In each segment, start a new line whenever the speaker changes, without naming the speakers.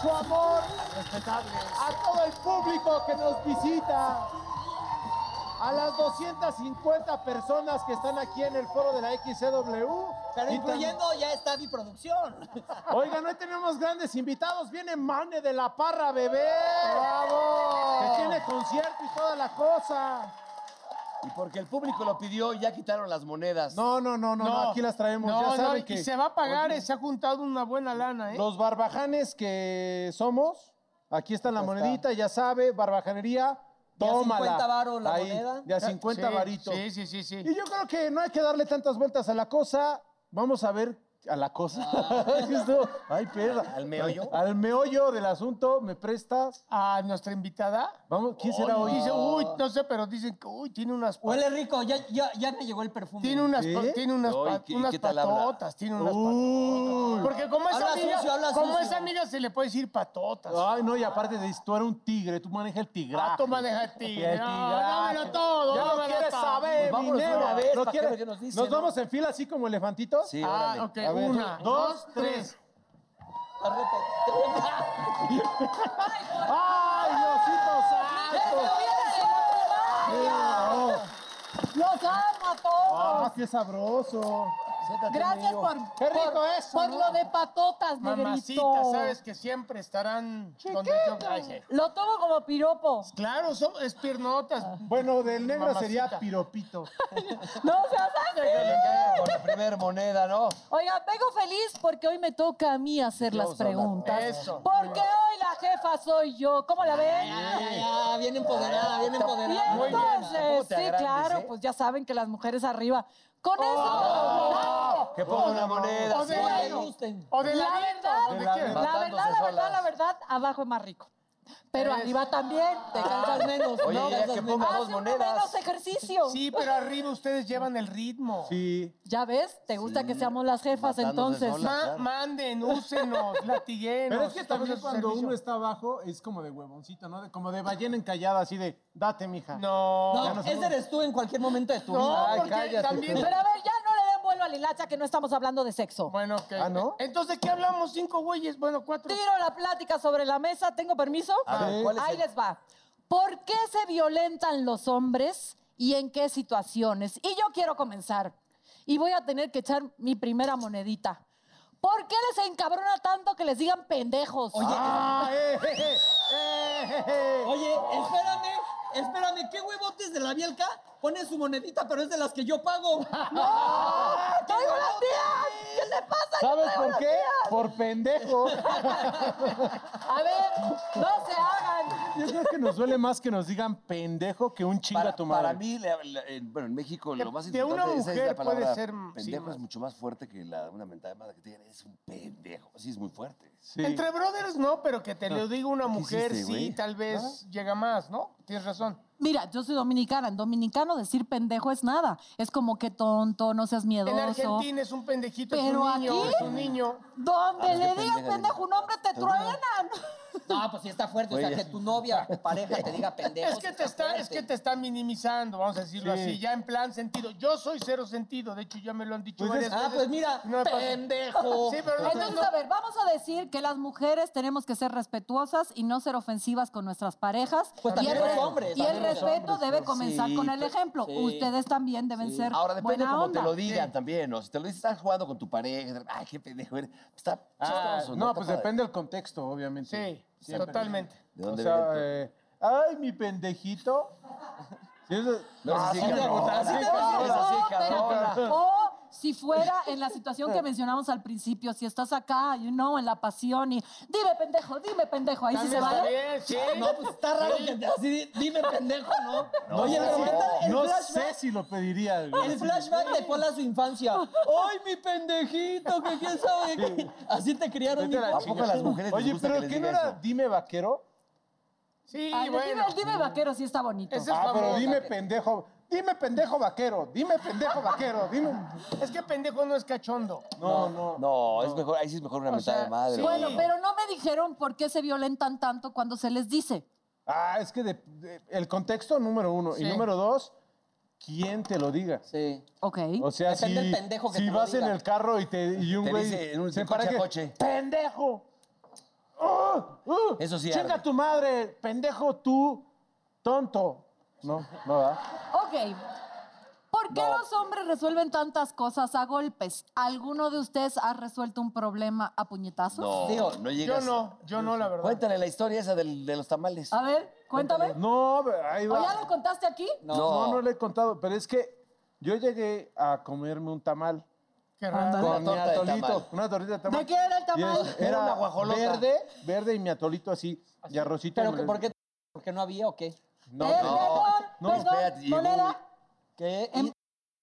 su amor a todo el público que nos visita, a las 250 personas que están aquí en el foro de la XCW.
Pero
Y
incluyendo ya está mi producción.
tam- Oigan, hoy tenemos grandes invitados. Viene Mane de la Parra Bebé. Que tiene concierto y toda la cosa.
Y porque el público lo pidió, ya quitaron las monedas.
No, no, no, no, no, aquí las traemos.
No,
ya
no,
saben
y
que
se va a pagar, eh, se ha juntado una buena lana, ¿eh?
los barbajanes que somos, aquí está la monedita, ya sabe, barbajanería,
De a
tómala.
50 varos la moneda.
De a 50
Sí,
varitos.
Sí, sí, sí, sí.
Y yo creo que no hay que darle tantas vueltas a la cosa. Vamos a ver a la cosa. Esto- Ay, perra.
Ah. ¿Al meollo?
Al meollo del asunto, ¿me prestas?
A nuestra invitada.
Vamos, ¿quién será hoy?
Dice, uy, no sé, pero dicen que, uy, tiene unas... pa-
Huele rico, ya, ya, ya me llegó el perfume.
Tiene unas, pa-
¿Eh?
tiene unas,
Uy,
pa-
¿qué-
unas
qué tal habla?
patotas, tiene unas
Uy.
patotas. Porque como es
Habla
amiga,
sucio, habla
como
sucio.
es amiga se le puede decir patotas.
Ay, no, y aparte de tú eres un tigre, tú manejas el tigraje.
Ah, toma, deja a ti.
Y el
No,
tigraje.
dámelo todo,
Ya lo
dámelo
quieres
todo.
saber,
Pues vámonos de
Minero.
una vez,
¿Lo
¿para qué
quieres?
ver qué nos dice, no?
vamos en fila así como elefantitos?
Sí,
Ah,
órale.
ok,
A ver,
una, dos, tres.
¡Ay, Diosito santo! Mira, oh.
Los amo a todos.
¡Ah, qué sabroso!
Siéntate,
Gracias
amigo.
por,
¡Qué rico
por-
eso,
por
¿no?
lo de patotas,
Mamacita,
negrito.
sabes que siempre estarán donde yo vaya.
Lo tomo como piropo.
Claro, son, es piernotas.
Bueno, del negro sería
Mamacita.
piropito.
No seas
Que le
así.
caiga Con la primera moneda, ¿no?
Oigan, vengo feliz porque hoy me toca a mí hacer las
Vamos a hablar.
preguntas.
Eso.
Porque hoy la jefa soy yo. ¿Cómo la
Ya,
ven?
ya, ya, bien empoderada, bien
Y
empoderada.
Muy bien. Tampoco
entonces,
te
sí,
agrandes,
claro,
¿eh?
pues ya saben que las mujeres arriba. Con eso.
Oh. Que ponga una moneda.
O
sí.
de
Oye,
lado.
gusten.
O de
La
ladito,
verdad,
donde
la
quieras.
La verdad, la verdad, la
solas.
verdad, abajo es más rico. Pero
Es-
arriba también. Ah,
Te cansas menos.
Oye,
no,
ya
cansas
que
menos.
ponga-
Hace
dos
uno
monedas.
menos ejercicio.
Sí, pero arriba ustedes llevan el ritmo.
Sí.
Ya ves, te gusta que seamos las jefas
Matándose
entonces.
sola.
Ma-
Claro.
Manden, úsenos, latiguenos.
Pero es que también
estamos a su
cuando
servicio.
uno está abajo es como de huevoncito, ¿no? De- como de ballena encallada, así de, date, mija.
No.
No, ese eres tú en cualquier momento de tu
No,
vida.
Ay,
porque
cállate,
también...
Pero a ver, ya no le den vuelo a la hilacha que no estamos hablando de sexo.
Bueno, ok.
Ah, ¿no?
Entonces, ¿qué hablamos? Cinco güeyes, bueno, cuatro.
Tiro la plática sobre la mesa, ¿tengo permiso?
A ver, ¿cuál es
Ahí
el-
les va. ¿Por qué se violentan los hombres y en qué situaciones? Y yo quiero comenzar. Y voy a tener que echar mi primera monedita. ¿Por qué les encabrona tanto que les digan pendejos?
¡Ah, eh, eh, eh, eh, eh, eh!
Oye, espérame, espérame, ¿qué huevotes de la Bielka? Pone su monedita, pero es de las que yo pago.
¡Ah, ¡Traigo las mías! ¿Qué le pasa? Yo
¿Sabes
traigo
por
las
qué?
mías.
Por pendejo.
A ver, no se hagan.
Yo creo que nos duele más que nos digan pendejo que un chinga
Para,
tu madre.
para mí, la- la- en- bueno, en México
De-
lo más
de
importante
una
es- es
mujer
la palabra
puede ser, sí,
pendejo
más.
es mucho más fuerte que la, una mentada de madre que te digan, es un pendejo. Sí, es muy fuerte.
Sí.
Entre brothers no, pero que te lo diga una
¿Qué
mujer,
hiciste,
sí,
güey?
tal vez
Ah.
llega más, ¿no? Tienes razón.
Mira, yo soy dominicana. En dominicano decir pendejo es nada. Es como que tonto, no seas miedoso.
En Argentina es un pendejito,
Pero
es un niño,
aquí-
es un niño.
Donde
Ah, no,
le
qué
digas
pendeja,
pendejo un hombre te
Seguro.
truenan.
No, pues sí está fuerte. O sea,
Oye.
que tu novia o pareja te diga pendejo.
Es que te está, es que te está minimizando, vamos a decirlo
Sí.
así, ya en plan sentido. Yo soy cero sentido, de hecho ya me lo han dicho
Pues es-
varias
Ah,
veces.
pues mira,
No me pasa.
pendejo.
Sí, pero no,
Entonces,
no-
a ver, vamos a decir que las mujeres tenemos que ser respetuosas y no ser ofensivas con nuestras parejas.
Pues
y
también
el,
los
re-
hombres,
y el
también los
respeto
hombres,
debe
pues,
comenzar
sí,
con el
pe-
ejemplo.
sí.
Ustedes también deben ser
Ahora depende
buena
cómo
onda.
te lo digan también, ¿no? Si te lo dices, estás jugando con tu pareja, ay, qué pendejo eres. Está
Ah,
chistoso,
no,
Está
pues
padre.
depende del contexto, obviamente.
Sí,
Siempre.
totalmente.
¿De dónde
o sea,
viene tu-
eh, ay, mi pendejito. Sí, eso-
No,
Ah,
sí,
sí,
cabrón.
puta,
Así
sí,
te
Pero
Ah,
si
cabrón.
ahora sí,
no,
cabrona.
Oh, espérate. O si fuera en la situación que mencionamos al principio, si estás acá, you know, en la pasión y dime pendejo, dime pendejo, ahí sí se
También está
vale.
bien, sí.
No, pues está raro que te así, dime pendejo, ¿no?
No,
Oye, pero
no.
¿qué tal el
No
flashback?
sé si lo
Ah,
pediría. güey.
El flashback de Pola a su infancia. ¡Ay, mi pendejito! Que quién sabe qué. Así te criaron.
Vete a la
hijo.
¿A poco a las mujeres les
Oye,
gusta que
pero
les
¿qué no
diga
era
eso?
dime vaquero?
Sí,
Ah, el
bueno.
dime, el dime vaquero sí está bonito.
Ese es
Ah, pero
famoso.
dime pendejo. Dime pendejo vaquero. Dime pendejo vaquero. Dime.
Es que pendejo no es cachondo.
No, no.
No, es mejor, ahí sí es mejor una
O
mentada
sea,
de madre.
sí.
güey.
Bueno, pero no me dijeron por qué se violentan tanto cuando se les dice.
Ah, es que de- de- el contexto número uno. Y
Sí.
número dos, ¿quién te lo diga?
Sí.
Ok.
O sea,
Depende
si,
del pendejo que
si
te lo
vas en
diga.
el carro y, te, y un
Te
güey
dice en un-
se
de
para
coche a
que,
coche.
¡pendejo! ¡Uh!
Eso sí
Chinga
arde.
tu madre, pendejo tú, tonto. No, no, ¿verdad?
Ok. ¿Por qué los hombres resuelven tantas cosas a golpes? ¿Alguno de ustedes ha resuelto un problema a puñetazos?
No,
Digo,
Yo
no llegas.
no, yo no, la verdad.
Cuéntale la historia esa del- de los tamales.
A ver, cuéntame.
No, pero ahí
¿O
va.
ya lo contaste aquí?
no.
No, no le he contado, pero es que yo llegué a comerme un tamal
Qué raro.
Ándale.
Una
con mi
torta de
atolito,
tamal.
una tortita de tamal.
¿De qué era el
Y
tamal?
es-
Era una guajolota.
verde, verde y mi atolito así, y arrocito.
¿Pero
y
que-
me-
por qué? ¿Porque no había o qué?
No,
Eh,
no.
perdón,
no,
perdón,
espérate, llegó-
moneda.
¿Qué?
En-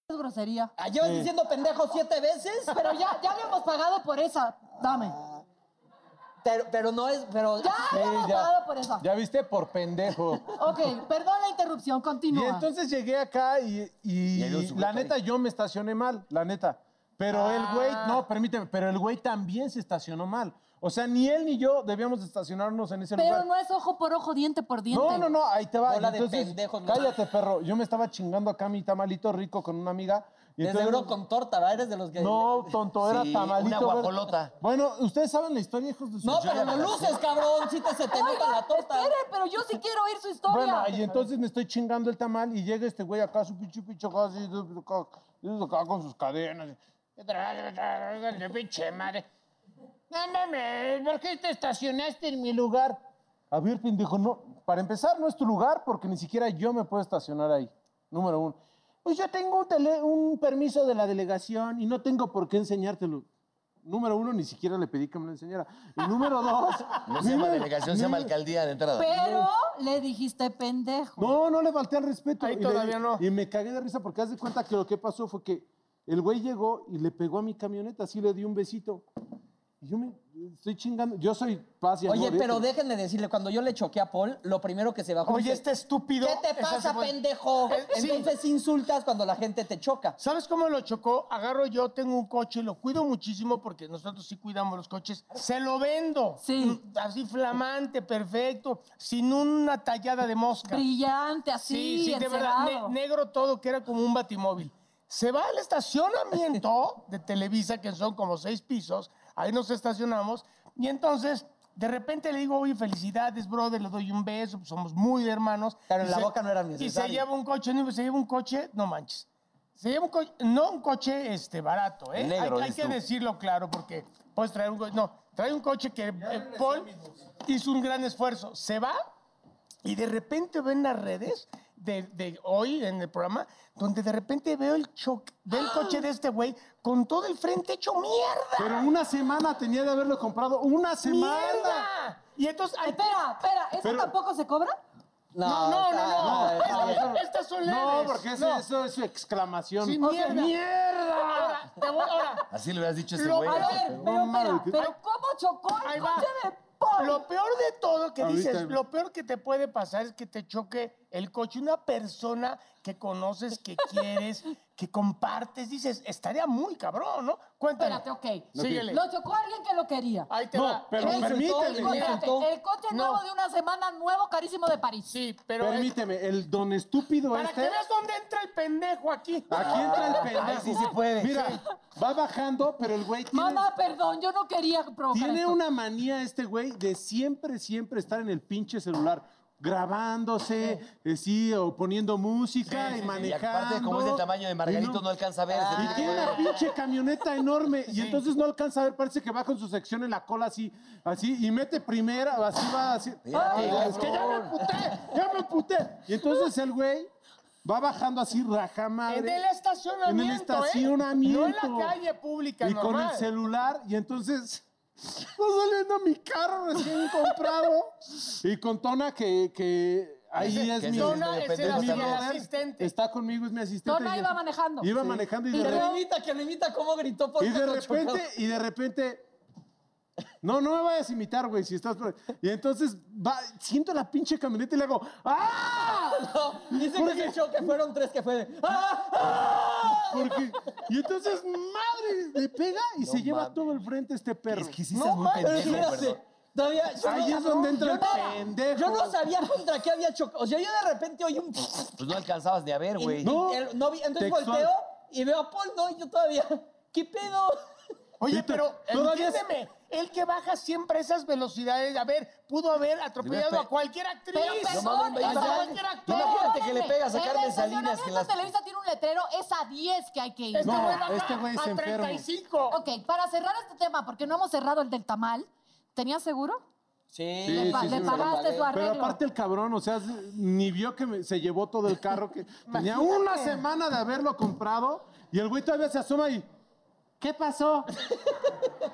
Es grosería.
Ah, ¿Llevas diciendo pendejo siete veces?
Pero ya, ya habíamos pagado por esa. Dame.
Pero, pero no es... Pero,
Ya
Sí,
habíamos
ya.
pagado por esa.
Ya viste, por pendejo.
Ok, perdón la interrupción,
Y
continúa.
entonces llegué acá y, y
Y había un
la
sujeto
neta
ahí.
yo me estacioné mal, la neta. Pero el güey, no, permíteme, pero el güey también se estacionó mal. O sea, ni él ni yo debíamos estacionarnos en ese
Pero
lugar.
no es ojo por ojo, diente por diente.
No, no, no, ahí te va.
Bola
Y
de pendejos, ¿no?
cállate, perro. Yo me estaba chingando acá mi tamalito rico con una amiga. y
de
entonces-
seguro con torta, ¿verdad? Eres de los que...
No, tonto, era
Sí,
tamalito.
una
verde.
guajolota.
Bueno, ustedes saben la historia, hijos de su...
No, pero
ya
no
me la
luces, cabrón. Si te, se te nota
Oigan,
la torta.
esperen, pero yo sí quiero oír su historia.
Bueno, y entonces me estoy chingando el tamal y llega este güey acá, su pinche pinche acá, así, acá con sus cadenas.
De pinche madre. No mames, ¿por qué te estacionaste en mi lugar?
A ver, pendejo, no. Para empezar, no es tu lugar porque ni siquiera yo me puedo estacionar ahí. Número uno. Pues yo tengo un, tele- un permiso de la delegación y no tengo por qué enseñártelo. Número uno, ni siquiera le pedí que me lo enseñara. Y número dos.
No se llama
mira,
delegación, se
mira.
llama alcaldía de entrada.
Pero le dijiste pendejo.
No, no le falté al respeto.
Ahí
Y le-
todavía no.
Y me cagué de risa porque haz de cuenta que lo que pasó fue que el güey llegó y le pegó a mi camioneta, así le di un besito. Y yo me estoy chingando. Yo soy paz y amor.
Oye,
¿eh?
pero déjenme decirle, cuando yo le choqué a Paul, lo primero que se bajó...
Oye,
dice,
este estúpido.
¿Qué te
Esa se
pasa,
fue.
pendejo?
Eh, sí.
Entonces insultas cuando la gente te choca.
¿Sabes cómo lo chocó? Agarro yo, tengo un coche, lo cuido muchísimo porque nosotros sí cuidamos los coches. Se lo vendo.
Sí.
Mm, Así flamante, perfecto, sin una tallada de mosca.
Brillante, así,
sí, de verdad,
encerrado.
ne- negro todo, que era como un batimóvil. Se va al estacionamiento de Televisa, que son como seis pisos, ahí nos estacionamos, y entonces de repente le digo, oye, felicidades, brother, le doy un beso, pues somos muy de hermanos.
Claro,
Y
en la
se-
boca no era
Y se
necesario.
lleva un coche, no, se lleva un coche, no manches. Se lleva un coche, no un coche este, barato, ¿eh?
Negro,
hay, hay
dices
que
tú.
decirlo claro, porque puedes traer un coche, no, trae un coche que eh, Paul hizo un gran esfuerzo. Se va, y de repente ven las redes de, de hoy en el programa, donde de repente veo el choque, veo el coche de este güey con todo el frente hecho mierda.
Pero una semana tenía de haberlo comprado. ¡Una semana!
¡Mierda! Y entonces ahí te-
Espera, espera, ¿eso
Pero-
tampoco se cobra?
No, no, no, no.
está-
no,
Estas-
no.
Estas son leves.
No, porque eso,
No.
eso es su exclamación.
Sí,
Ok.
mierda. ¡Mierda! Ahora, te voy- ahora,
Así le hubieras dicho a ese
Lo-
güey.
A
Pero-
ver,
no
pero
mames,
espera,
¿qué-
pero ¿cómo chocó
Ahí
el
va.
coche de Paul?
Lo peor de todo que
Ahorita-
dices, lo peor que te puede pasar es que te choque el coche. Una persona que conoces, que quieres, que compartes, dices, estaría muy cabrón, ¿no? Cuéntame.
Espérate, ok.
Síguele.
Lo chocó alguien que lo quería.
Ahí te
No,
va.
pero
Él
permíteme.
insultó, dijo, espérate,
insultó.
el coche
No.
nuevo de una semana, nuevo, carísimo de París.
Sí, pero.
Permíteme, el don estúpido
Para
este.
que veas dónde entra el pendejo aquí.
Aquí entra el pendejo.
Ay, sí se puede.
Mira, va bajando, pero el güey tiene,
Mamá, perdón, yo no quería provocar
tiene
esto.
una manía este güey de siempre, siempre estar en el pinche celular. Grabándose, eh, sí, o poniendo música y
Y
manejando.
aparte, como es el tamaño de Margarito,
Y Ah.
no, alcanza a ver. se
Y
tiene
tiene
que
una
ver.
pinche camioneta enorme y entonces no alcanza a ver, parece que va con su sección en la cola así, así, y mete primera, así va, así.
Fíjate,
Ay, es que ya me
cabrón.
emputé, ya me emputé. Y entonces el güey va bajando así rajamadre.
En el estacionamiento.
En el
¿eh?
estacionamiento.
No en la calle pública,
Y con
normal.
el celular, y entonces va saliendo mi carro recién comprado. y con Tona que, que ahí
Ese-
es
que
mi...
ese
es
Tona
medio
es el
mi
pendejo
así,
también.
el
brother,
asistente.
Está conmigo, es mi asistente.
Tona
y-
iba manejando.
Iba
Sí.
manejando y
Y
de
luego-
repente...
Calimita, Calimita, ¿cómo gritó por
Y de
tanto
repente,
chocado?
y de repente. No, no me vayas a imitar, güey, si estás. por- Y entonces va, siento la pinche camioneta y le hago. ¡Ah!
No, Dicen que
Porque-
se choque, fueron tres que fue de... ¡Ah!
Porque, y entonces, madre, le pega y se lleva
mames.
todo el frente este perro.
Es que sí
No,
estás muy
mames,
pendejo,
espérate.
perdón.
Todavía, yo
Ahí
no-
es donde entra
yo
el
no-
pendejo.
Yo no sabía contra qué había chocado. O sea, yo de repente oí un...
Pues no alcanzabas ni a ver,
y-
güey.
y-
No.
el- no vi- entonces
Textual.
volteo y veo a Paul, no, y yo todavía... ¿Qué pedo?
Oye,
Viste,
pero
todavía es-
entiéndeme, el que baja siempre esas velocidades, a ver, pudo haber atropellado
Pero-
a cualquier actriz.
Pero, perdón,
No mames,
perdón.
a cualquier actor.
Imagínate que le pegas a
En el
Carmen Salinas,
estacionamiento
que las-
Televisa tiene un letrero, es a 10 que hay que ir.
Este
No,
güey baja
este güey es
a
enfermo.
35.
Ok, para cerrar este tema, porque no hemos cerrado el del tamal, ¿tenías seguro?
Sí,
Sí,
le, pa-
sí,
le
sí,
pagaste su
Pero
arreglo.
aparte el cabrón, o sea, ni vio que me- se llevó todo el carro que tenía una semana de haberlo comprado y el güey todavía se asoma y ¿Qué pasó?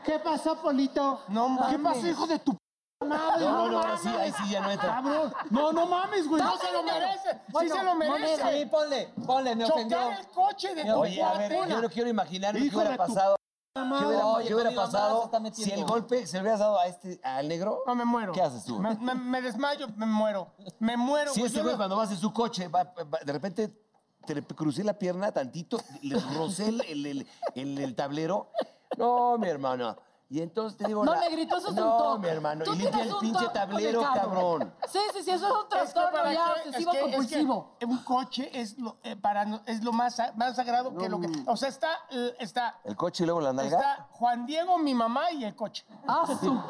¿Qué pasó, Polito?
No
¿Qué
mames.
pasó, hijo de tu p- madre?
No, no, ahí sí, ahí sí ya no entra.
Cabrón. No, no mames, güey.
No se lo merece.
Bueno,
sí se lo
moneda.
Sí,
merece.
ponle, ponle, me ofendió.
Chocar el coche de tu
Oye, a ver,
cuate.
yo no quiero imaginar qué
Hijo de
hubiera
tu
pasado. ¿Qué hubiera,
Madre.
qué hubiera
Oye, Rodrigo,
pasado
Ambrose está metiendo.
si el golpe se le hubieras dado a este, al negro?
No, me muero.
¿Qué haces tú?
Me, me- me desmayo, me muero. Me muero.
Sí,
güey.
este
Yo
güey
no-
cuando-
Cuando vas en su coche, va- va- de repente te le crucé la pierna tantito, le rocé el, el- el- el- el tablero. No, mi hermano. Y entonces te digo...
No
la-
le gritó, eso es un
No,
toque.
mi hermano.
Tú
Y limpia
tienes
el
un
pinche
toque con el
tablero,
carro.
cabrón.
Sí, sí, sí, eso es un
Es que para
trastorno ya
qué- es
obsesivo
que- es que
compulsivo.
un coche es lo, eh, para, no- es lo más, sa- más sagrado que lo que.
Mm.
O sea, está, eh, está,
El coche y luego la nalga.
está Juan Diego, mi mamá y el coche.
Ah, su-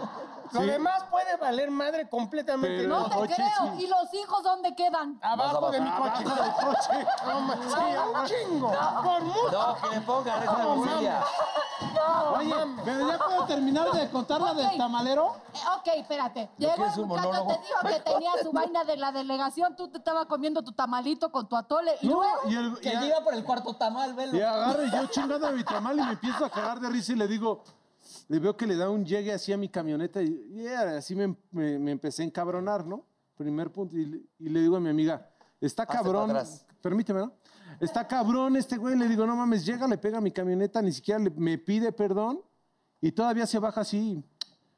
Lo
Sí.
demás puede valer madre completamente.
Pero-
No
El
te
coche,
creo.
sí.
¿Y los hijos dónde quedan?
Abajo de mi coche.
Abajo del coche.
Con un chingo. Con mucho.
No, que le pongan, es una
No,
familia.
Oye, pero ya puedo terminar de contar la
Ok.
del tamalero.
Eh, ok, espérate. Llegó
quieres
el
un
muchacho,
monólogo?
te dijo que tenía su vaina de la delegación, tú te estabas comiendo tu tamalito con tu atole y
No,
luego...
y el,
Que
y a-
lleva por el cuarto tamal,
Y
velo.
agarro y yo chingando a mi tamal y me empiezo a cagar de risa y le digo, le veo que le da un llegue así a mi camioneta y, y así me, me- me empecé a encabronar, ¿no? Primer punto. Y, le- y le digo a mi amiga, está
Hazte
cabrón,
para atrás.
permíteme, ¿no? Está cabrón este güey. Le digo, no mames, llega, le pega a mi camioneta, ni siquiera le- me pide perdón y todavía se baja así.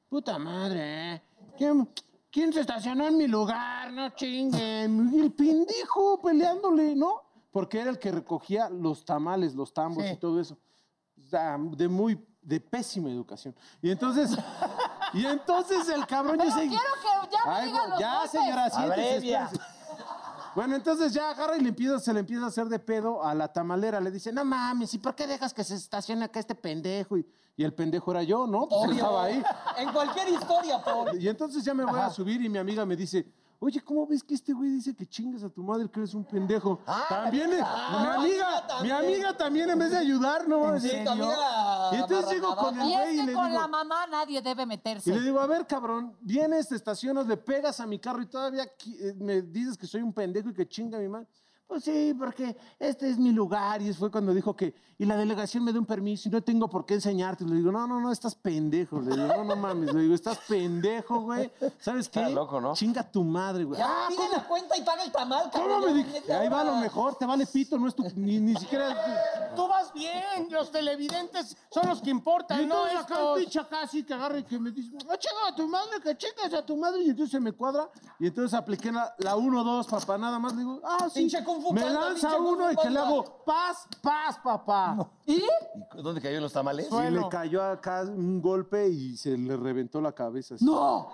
Puta madre, ¿eh? ¿quién, quién se estacionó en mi lugar? No chinguen. Y el pendejo peleándole, ¿no? Porque era el que recogía los tamales, los tambos
Sí.
y todo eso. O sea, De muy, de pésima educación. Y entonces, y entonces el cabrón
Pero
yo sé-
quiero que ya me
Ay,
digan los
ya,
golpes.
señora, siéntese,
Abrevia.
espérese. Bueno, entonces ya agarra y le empieza, se le empieza a hacer de pedo a la tamalera. Le dice, no mames, ¿y por qué dejas que se estacione acá este pendejo? Y, y el pendejo era yo, ¿no? Pues estaba ahí. Ah,
En cualquier historia, Paul.
Y entonces ya me voy a subir y mi amiga me dice, oye, ¿cómo ves que este güey dice que chingas a tu madre, que eres un pendejo? también, eh, mi amiga, mi amiga también en vez de ayudar, no mames.
Sí, tu amiga
Y entonces llego
amarranada.
con el
Y
güey y
es
le
que con la
digo,
mamá nadie debe
y
meterse.
le digo, a ver, cabrón, vienes, te estacionas, le pegas a mi carro y todavía qui- eh, me dices que soy un pendejo y que chinga a mi madre. Pues sí, porque este es mi lugar. Y fue cuando dijo que, y la delegación me dio un permiso y no tengo por qué enseñarte. Le digo, no, no, no, estás pendejo. Le digo, no, no mames. Le digo, estás pendejo, güey. ¿Sabes qué?
Está loco, ¿no?
Chinga tu madre, güey.
Ya,
Ah,
pide
¿cómo?
la cuenta y paga el tamal,
¿Cómo me
cabrón,
dijiste?
neta.
Ahí va lo mejor, te vale pito, no es tu, ni, ni siquiera...
Tú vas bien. Los televidentes son los que
Y
importan, no
entonces acá el
estos.
pinche acá así que agarra y que me dice, no chingas a tu madre, que chingas a tu madre. Y entonces se me cuadra. Y entonces apliqué la, la 1-2, papá, nada más. Le digo, ah, sí.
Pinche Kung Fu
me
Panda,
lanza
pinche Kung
uno
Fu
y que le
Panda.
hago paz, paz, papá.
¿Y?
¿Y dónde cayó los tamales?
Y
Suelo.
le cayó acá un golpe y se le reventó la cabeza. así.
No.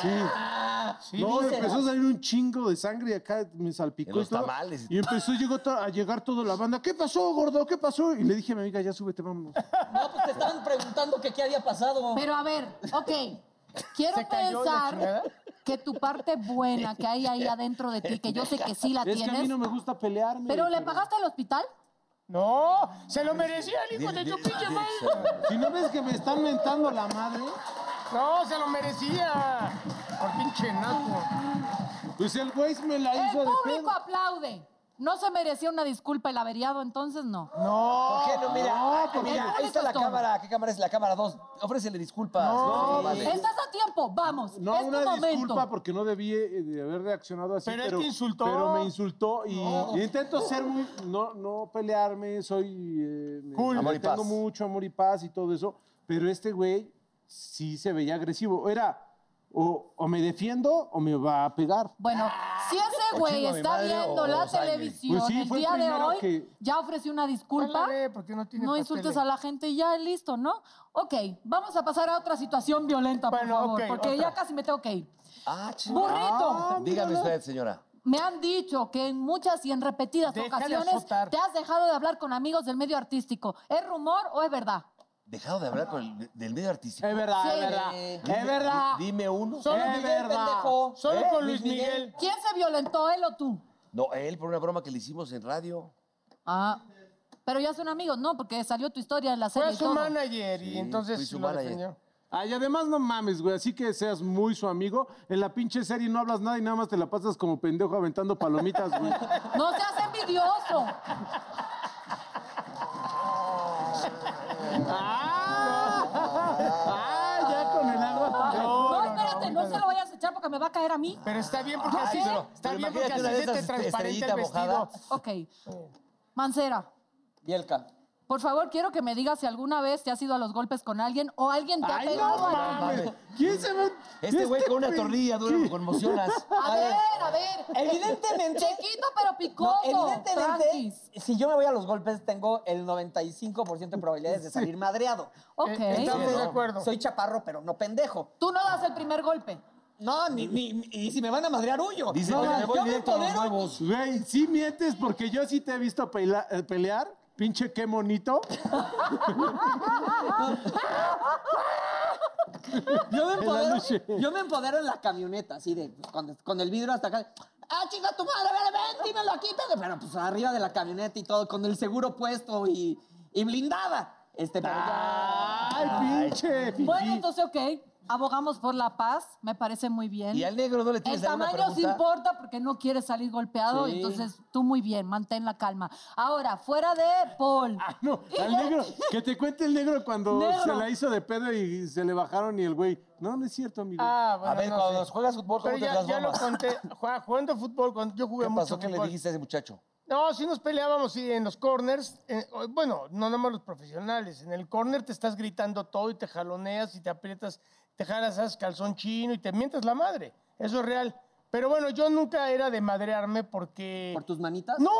Sí. no,
dice.
empezó a salir un chingo de sangre y acá me
En
salpicó.
los
y todo.
tamales.
Y empezó llegó to- a llegar toda la banda. ¿Qué pasó, gordo? ¿Qué pasó? Y le dije a mi amiga, ya súbete, vámonos.
No, pues te estaban preguntando que qué había pasado.
Pero a ver, ok. Quiero
Se cayó la
pensar
chingada.
que tu parte buena que hay ahí adentro de ti, que yo sé que sí la
Es que a mí
tienes,
no me gusta pelearme.
pero ¿le pagaste al hospital?
No, se lo merecía el hijo
Dile-
de tu
dile-
pinche
dile-
madre.
Si no ves que me están mentando la madre,
No, se lo merecía. Por pinche naco.
pues el güey me la
El
hizo de
público
pedo.
aplaude. No se merecía una disculpa el averiado, entonces no.
No.
¿Por qué no? Mira,
No, porque-
mira, ahí está la cámara. ¿Qué cámara es? La cámara 2. Ofrécele disculpas.
No,
Sí.
vale.
Estás a tiempo, vamos.
No,
es tu
una
momento.
disculpa porque no debí eh, de haber reaccionado así.
Pero es que insultó.
Pero me insultó y, y intento ser muy. No, no pelearme, soy. eh, me-
Cool.
me
Amor y
tengo
paz.
mucho amor y paz y todo eso. Pero este güey sí se veía agresivo. Era o, o me defiendo o me va a pegar.
Bueno, si ese
O
güey
chingo a mi
está
madre
viendo
o
la
sangre.
televisión
Pues sí,
el
fue el
día de
primero
hoy,
que-
ya ofreció una disculpa.
Ándale, porque no tiene
No insultes
papeles.
a la gente y ya listo, ¿no? Ok, vamos a pasar a otra situación violenta, por
Bueno,
favor,
ok,
porque
otra.
ya casi me tengo que ir.
Ah, chingada.
Burrito,
Dígame usted, señora.
me han dicho que en muchas y en repetidas
Deja de
ocasiones
azotar.
te has dejado de hablar con amigos del medio artístico. ¿Es rumor o es verdad?
dejado de hablar con el- del medio artístico.
Eh,
Es verdad,
Sí.
es verdad. Es
ah.
verdad.
Dime uno.
Solo
Eh,
Es
Miguel,
verdad.
pendejo. Solo
¿Eh?
con Luis Miguel.
¿Quién se violentó, él o tú?
No, él por una broma que le hicimos en radio.
Ah. Pero ya son amigos, ¿no? Porque salió tu historia en la serie.
Fue
y
su
todo.
manager y
Sí, fui
entonces
su
lo
manager.
defendió.
Ay, además no mames, güey, así que seas muy su amigo. En la pinche serie no hablas nada y nada más te la pasas como pendejo aventando palomitas, güey.
No seas envidioso.
¡Ah! ¡Ah! Ya con el agua.
No,
No,
no,
espérate, no,
no,
se lo vayas a echar porque me va a caer a mí.
Pero está bien porque así,
pero-
está
pero
bien
imagínate
porque
una de
así se te
esas
transparenta el
estrellita mojada.
vestido.
Ok. Mancera,
Bielka.
por favor, quiero que me digas si alguna vez te has ido a los golpes con alguien o alguien te ha
¡Ay,
pegado.
no
a-
mames! ¿Quién se ve?
Este güey con una
pe-
tornilla dura lo conmocionas.
A ver, a ver.
Evidentemente-
Chiquito, pero picoso.
No, evidentemente,
Tranquis.
si yo me voy a los golpes, tengo el 95% de probabilidades de salir madreado.
Ok.
Eh, estamos
Sí,
de
¿no?
acuerdo.
Soy chaparro, pero no pendejo.
Tú no das el primer golpe.
No, ni, ni- y si me van a madrear, huyo.
Dice,
No,
"Oye, me voy
yo me
directo a los
empodero".
huevos.
Güey, sí mientes porque yo sí te he visto peila- eh, pelear. Pinche qué monito.
Yo me, empodero,
noche.
yo me empodero en la camioneta, así de, pues, con, con el vidrio hasta acá. ¡Ah, chinga tu madre! ¡Ven, ven! ¡Dímelo aquí! Pero, pero, pues arriba de la camioneta y todo, con el seguro puesto y, y blindada. Este, pero
Ah.
ya...
Ay, pinche. fifí.
Bueno, entonces, ok. Abogamos por la paz. Me parece muy bien.
Y al negro no le
El
tienes alguna
tamaño sí
pregunta.
importa porque no quieres salir golpeado.
Sí.
Entonces, tú muy bien, mantén la calma. Ahora, fuera de Paul.
Ah, no,
Y
al
ya-
negro. Que te cuente el negro cuando
Negro.
se la hizo de pedo y se le bajaron y el güey. No, no es cierto, amigo.
Ah, bueno,
A ver,
no
cuando
sé.
nos juegas fútbol, ¿cómo
Pero ya,
te
ya lo
transformas?
conté. Jua- Jugando fútbol, cuando yo jugué
¿Qué
mucho
pasó? ¿Qué le
fútbol.
dijiste a ese muchacho?
No, sí nos peleábamos sí, en los corners. eh, o- bueno, no nomás los profesionales. En el corner te estás gritando todo y te jaloneas y te aprietas, te jalas ¿sabes? calzón chino y te mientas la madre. Eso es real. Pero bueno, yo nunca era de madrearme porque...
¿Por tus manitas?
No,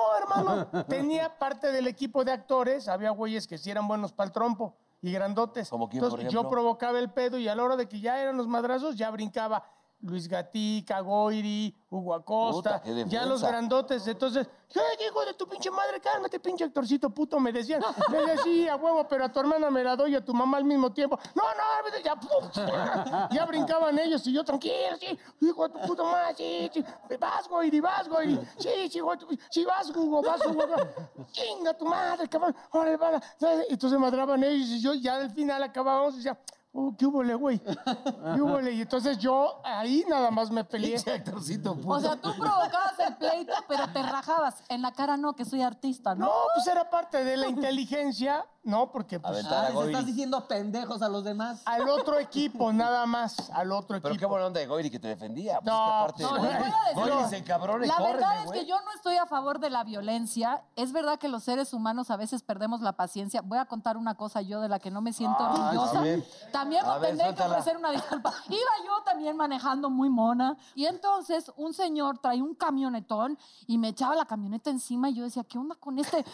hermano. tenía parte del equipo de actores. Había güeyes que sí eran buenos para el trompo y grandotes.
¿Como quién,
Entonces,
por
yo
ejemplo?
provocaba el pedo y a la hora de que ya eran los madrazos, ya brincaba Luis Gatica, Goiri, Hugo Acosta,
Puta, qué
ya los
defensa.
grandotes. Entonces, ¡qué hijo de tu pinche madre! Cálmate, pinche actorcito puto, me decían. Le decía, sí, a huevo, pero a tu hermana me la doy y a tu mamá al mismo tiempo. No, no, ya, pum, ya brincaban ellos y yo tranquilo, sí, hijo de tu puta madre, sí, sí, vas, Goiri, vas, Goiri, sí, sí, hijo de tu, sí, vas, Hugo, vas, Hugo, vas. chinga tu madre, cabrón, órale, va. Entonces madraban ellos y yo ya al final acabábamos y decía, Uh, ¿Qué húbole, güey? ¿Qué húbole? Y entonces yo ahí nada más me peleé.
Pinche actorcito puto.
O sea, tú provocabas el pleito, pero te rajabas. En la cara no, que soy artista, ¿no?
No, pues era parte de la inteligencia, ¿no? Porque pues,
Aventar
Ah,
a
les estás
Goiri.
diciendo pendejos a los
Ah,
demás.
al otro equipo, nada más, al otro
Pero qué
equipo.
buena onda de Goiri que te defendía. Pues
No,
no, que
no,
les voy
aparte,
a decir-
Goiri Goiri se encabrona y
La
córrele,
verdad es
güey.
que yo no estoy a favor de la violencia. Es verdad que los seres humanos a veces perdemos la paciencia. Voy a contar una cosa yo de la que no me siento
Ay,
orgullosa.
a ver.
También
A
me
ver,
tendré que
suéltala.
ofrecer una disculpa. Iba yo también manejando muy mona. Y entonces un señor trae un camionetón y me echaba la camioneta encima y yo decía, ¿qué onda con este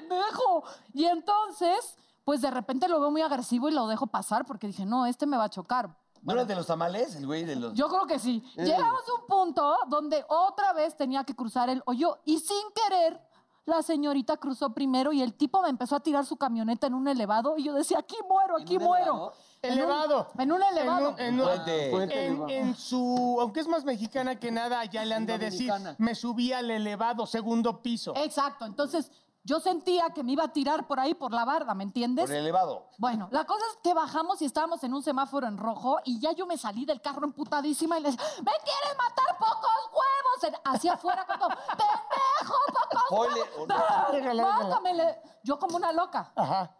pendejo? Y entonces, pues de repente lo veo muy agresivo y lo dejo pasar porque dije, no, este me va a chocar.
¿No era de los tamales, el güey de los...
Yo creo que sí. Llegamos a un punto donde otra vez tenía que cruzar el hoyo y sin querer la señorita cruzó primero y el tipo me empezó a tirar su camioneta en un elevado y yo decía, aquí muero,
¿En
aquí
un
muero. En un-
Elevado.
En un elevado.
En, un-
Puente.
Puente
en-
elevado.
en su, aunque es más mexicana que nada, ya le han de decir,
Dominicana.
me subí al elevado segundo piso.
Exacto, entonces yo sentía que me iba a tirar por ahí por la barda, ¿me entiendes?
Por el elevado.
Bueno, la cosa es que bajamos y estábamos en un semáforo en rojo y ya yo me salí del carro emputadísima y les me quieren matar pocos huevos en- hacia afuera como pendejo pocos
Ponle-
huevos.
Déjala, déjala.
Mátamele". Yo como una loca.
Ajá.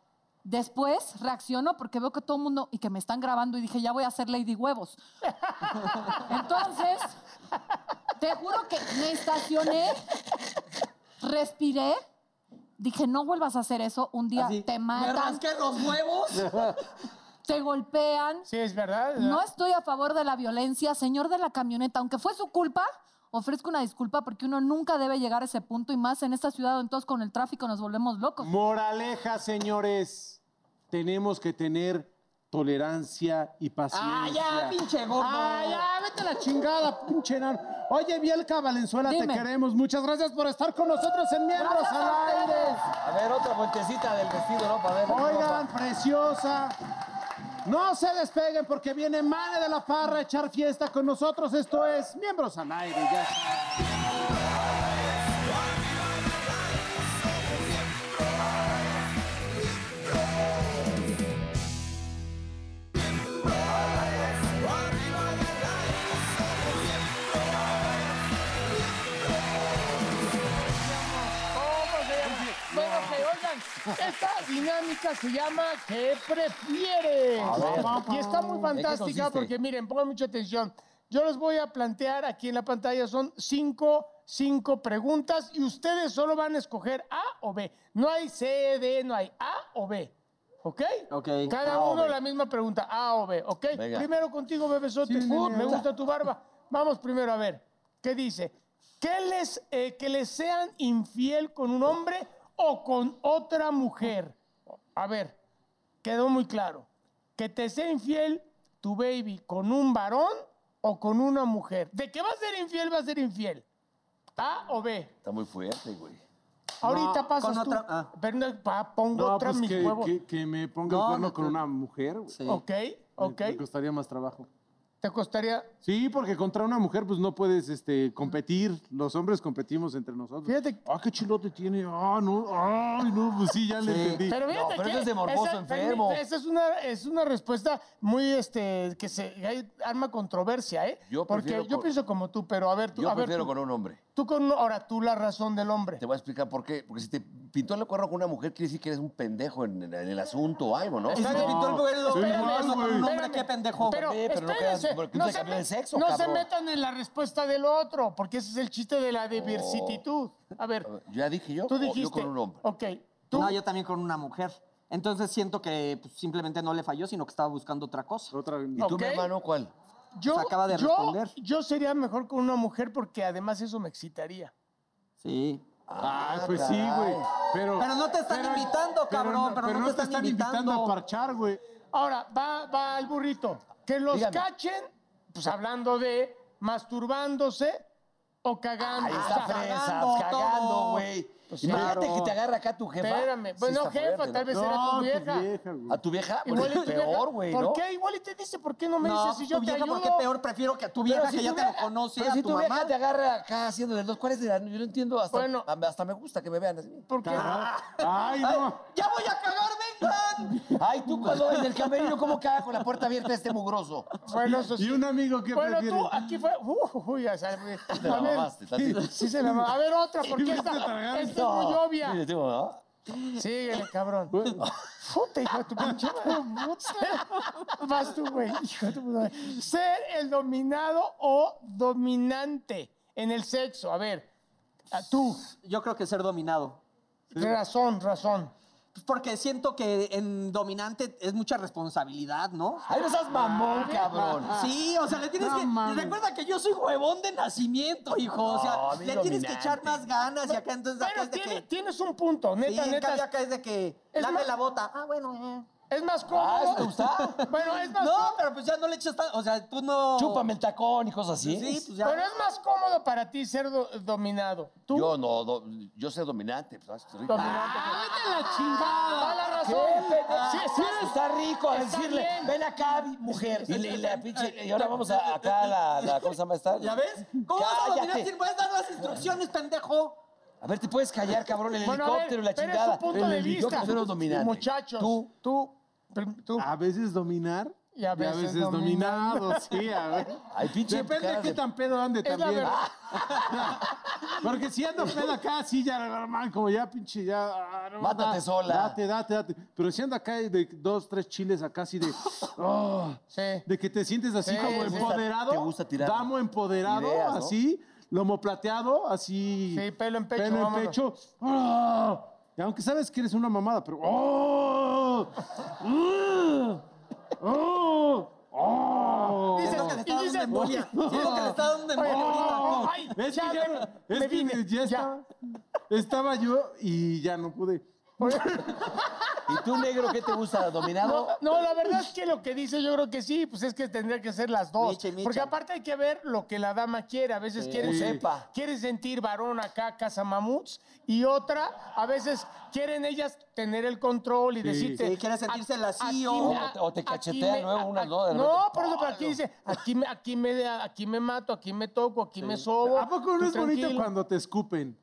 Después reacciono porque veo que todo el mundo y que me están grabando y dije, ya voy a ser Lady Huevos. Entonces, te juro que me estacioné, respiré, dije, no vuelvas a hacer eso, un día
Así,
te
¿Me
matan,
rasqué los huevos?
te golpean.
Sí, es verdad.
No estoy a favor de la violencia, señor de la camioneta, aunque fue su culpa. Ofrezco una disculpa porque uno nunca debe llegar a ese punto y más en esta ciudad, entonces con el tráfico nos volvemos locos.
Moraleja, señores. Tenemos que tener tolerancia y paciencia.
¡Ah, ya, pinche gordo!
¡Ah, ya! ¡Vete a la chingada, pinche enano! Oye, Bielka Valenzuela,
Dime.
te queremos. Muchas gracias por estar con nosotros en Miembros
Gracias a
al Aire.
ustedes.
A ver, otra vueltecita del vestido, ¿no? Para ver. la
Oigan,
ropa.
preciosa. No se despeguen porque viene Mane de la Parra a echar fiesta con nosotros. Esto es Miembros al Aire. Ya está.
Bueno, ok, oigan, esta dinámica se llama ¿Qué prefieres? Y está muy fantástica
consiste?
porque, miren, pongan mucha atención. Yo les voy a plantear aquí en la pantalla, son cinco, cinco preguntas y ustedes solo van a escoger A o B. No hay C, D, no hay A o B. ¿Ok?
Ok.
Cada
A o
uno
B.
la misma pregunta, A o B. ¿Ok?
Venga.
Primero contigo, bebesote. Uh, me gusta tu barba. Vamos primero a ver. ¿Qué dice? ¿Que les, eh, que les sean infiel con un hombre o con otra mujer. A ver, quedó muy claro. Que te sea infiel tu baby con un varón o con una mujer. ¿De qué va a ser infiel? Va a ser infiel. A o B.
Está muy fuerte, güey.
Ahorita
No,
pasas
con
tú.
otra- ah.
Pero no, pa- pongo
No,
otra
pues
mis
que,
huevos.
que- que me ponga
No,
el cuerno
no,
con
no.
una mujer. güey.
Sí.
Ok,
Me-
ok.
Me costaría más trabajo.
Te costaría
Sí, porque contra una mujer pues no puedes este, competir. Los hombres competimos entre nosotros.
Fíjate-
Ah, qué chilote tiene. Ah, no. Ay, no, pues sí, ya le
Sí.
entendí.
Pero
No,
fíjate
pero
que
eso es de morboso
esa-
enfermo.
permite- Esa es una, es una respuesta muy, este, que se hay- arma controversia, ¿eh?
Yo
Porque
prefiero
yo
con-
pienso como tú, pero a ver, tú,
Yo
a ver,
prefiero
tú,
con un hombre.
tú con un- ahora tú la razón del hombre.
Te voy a explicar por qué. Porque si te pintó el cuerno con una mujer, quiere decir que eres un pendejo en, en el asunto o algo, ¿no?
Y si te
No,
pintó el pelo
soy
pero
igual,
eso con
güey.
un hombre,
Espérame.
qué pendejo.
Pero,
Oye, pero no
espérense,
quedas- porque tú
no,
te
se,
cambió de
met-
sexo,
no se
cabrón.
metan en la respuesta del otro, porque ese es el chiste de la diversititud. A ver,
Ya dije Oh. yo.
tú
o Yo
dijiste,
con un hombre.
ok, tú,
No, yo también con una mujer. Entonces siento que pues, simplemente no le falló, sino que estaba buscando otra cosa.
Otra-
¿Y tú,
ok.
mi hermano, cuál?
yo,
pues, acaba de
yo-
responder.
yo sería mejor con una mujer porque además eso me excitaría.
Sí.
Ah, pues sí, güey. Pero,
Pero no te están invitando, cabrón, pero no te están invitando.
a parchar, güey.
Ahora, va, va el burrito. Que los
Dígame.
cachen, pues hablando de masturbándose o cagando.
Ahí
O
está
sea,
fresa,
cagando todo.
cagando, güey.
Pues
Imagínate
claro.
que te agarra acá tu jefa.
Espérame.
Sí
Bueno,
está
jefa,
fuerte,
tal
¿no?
vez era tu
tu
vieja.
güey.
A tu vieja,
Igual
pues,
y tu vieja-
peor, güey,
¿Por
¿no? pues,
qué? Igual y te dice, ¿por qué no me
No,
dices si yo
tu
te
vieja,
ayudo?
porque peor prefiero que a tu
Pero
vieja
si
que ya
tu
te lo
vieja-
conoce,
pero
a
si
tu
tu vieja
mamá.
te agarra acá haciéndole los cuares de la... Yo no entiendo hasta...
Bueno.
a- hasta me gusta que me vean así.
Porque-
Ay,
Ay,
no.
¡Ya voy a cagar, vengan!
Ay, tú cuando en el camerino, ¿cómo caga con la puerta abierta este mugroso?
Bueno, eso sí.
Y un amigo que
Bueno,
prefiere.
tú, aquí fue... Uh, uy, ya sabes.
Te la
A ver,
mamaste, tantito.
Sí se la va. A ver, otra, porque
viste
esta,
tragando.
esta es muy obvia.
Mire, digo, "Ah, ¿no?
Síguele, cabrón. Puta, hijo de tu pinche madre. Puta. Vas tú, güey. Hijo de tu puta madre. Ser el dominado o dominante en el sexo. A ver, a tú.
Yo creo que ser dominado.
Razón, razón.
Pues Porque siento que en dominante es mucha responsabilidad, ¿no?
Ay, no seas
ah,
mamón, cabrón.
Sí, o sea, le tienes
No
que.
mames.
Recuerda que yo soy huevón de nacimiento, hijo. O
No,
sea,
a mí
le tienes que
dominante.
echar más ganas y acá entonces acá
Pero
es de
tiene-
que.
tienes un punto,
Sí,
neta,
en cambio
neta.
acá es de que.
Es
Dame
más-
la bota. Ah, bueno, eh.
Es más
Ah,
cómodo.
¿te gusta?
Bueno, es más
No,
cómodo.
pero pues ya no le echas tan. O sea, tú no.
Chúpame el tacón y cosas así.
Sí, pues ya.
Pero es más cómodo para ti ser do- dominado. Tú,
Yo no, do- yo soy dominante. pues, ah, rico.
dominante. vete la chingada! ¡Va ah, la
¿Qué? Ah,
razón!
Ah.
Sí, sí eres-
está rico a
Está
decirle,
bien.
ven acá, mi mujer. Y, le- y la pinche, y ahora vamos a, acá a la, la- ¿Cómo se llama esta?
¿Ya ves? ¿Cómo vas a dominar
Cállate.
si puedes dar las instrucciones, pendejo?
A ver, te puedes callar, cabrón, el
Bueno, a ver,
helicóptero, la
pero
chingada.
Es un punto
El
de
heli-
vista.
Yo prefiero dominante.
Muchachos,
Tú, Ah.
tú, tú, prim- tú.
A veces dominar
Y a veces dominado.
dominado, sí, a ver.
Ay, pinche
Depende de
cara
qué
de-
tan pedo ande
la
también.
verdad.
Porque si ando pedo acá, sí, ya, normal, como ya, pinche, ya. ah, no,
Mátate
da-
sola.
Date, date, date. Pero si ando acá de dos, tres chiles acá, así de. oh,
Sí.
De que te sientes así
Sí,
como
te gusta-
empoderado.
te gusta tirar
Damo empoderado,
ideas, ¿no?
así, lomo plateado, así.
Sí, pelo en pecho,
Pelo en
vámonos.
pecho. ¡Ah! Y aunque sabes que eres una mamada, pero. ¡Oh! ¡Ah! ¡Oh! ¡Oh!
Dices-
Siento que le
y
está dando
dices-
embolia. Siento que le está dando
Oye,
embolia ahorita.
ay,
Es que
ya
ya
me-
no-
me
es que
vine,
ya, estaba- estaba yo y ya no pude.
Oye,
¿Y tú, negro, qué te gusta? ¿Dominado?
No, la verdad es que lo que dice yo creo que sí, pues es que tendría que ser las dos.
Miche, miche.
Porque aparte hay que ver lo que la dama quiere. A veces quieren
Sí.
ser-
Sepa.
quieren sentir varón acá, casa mamuts, y otra, a veces quieren ellas tener el control y decirte.
Sí, quieren sentirse oh. la CEO.
me-
O te- o te
aquí
cachetea
me-
luego una, ¿no? De
No,
repente,
por eso, pero aquí dice, aquí me, aquí me, aquí me mato, aquí me toco, aquí me sobo.
¿A poco no
Tú
es bonito
tranquilo.
cuando te escupen?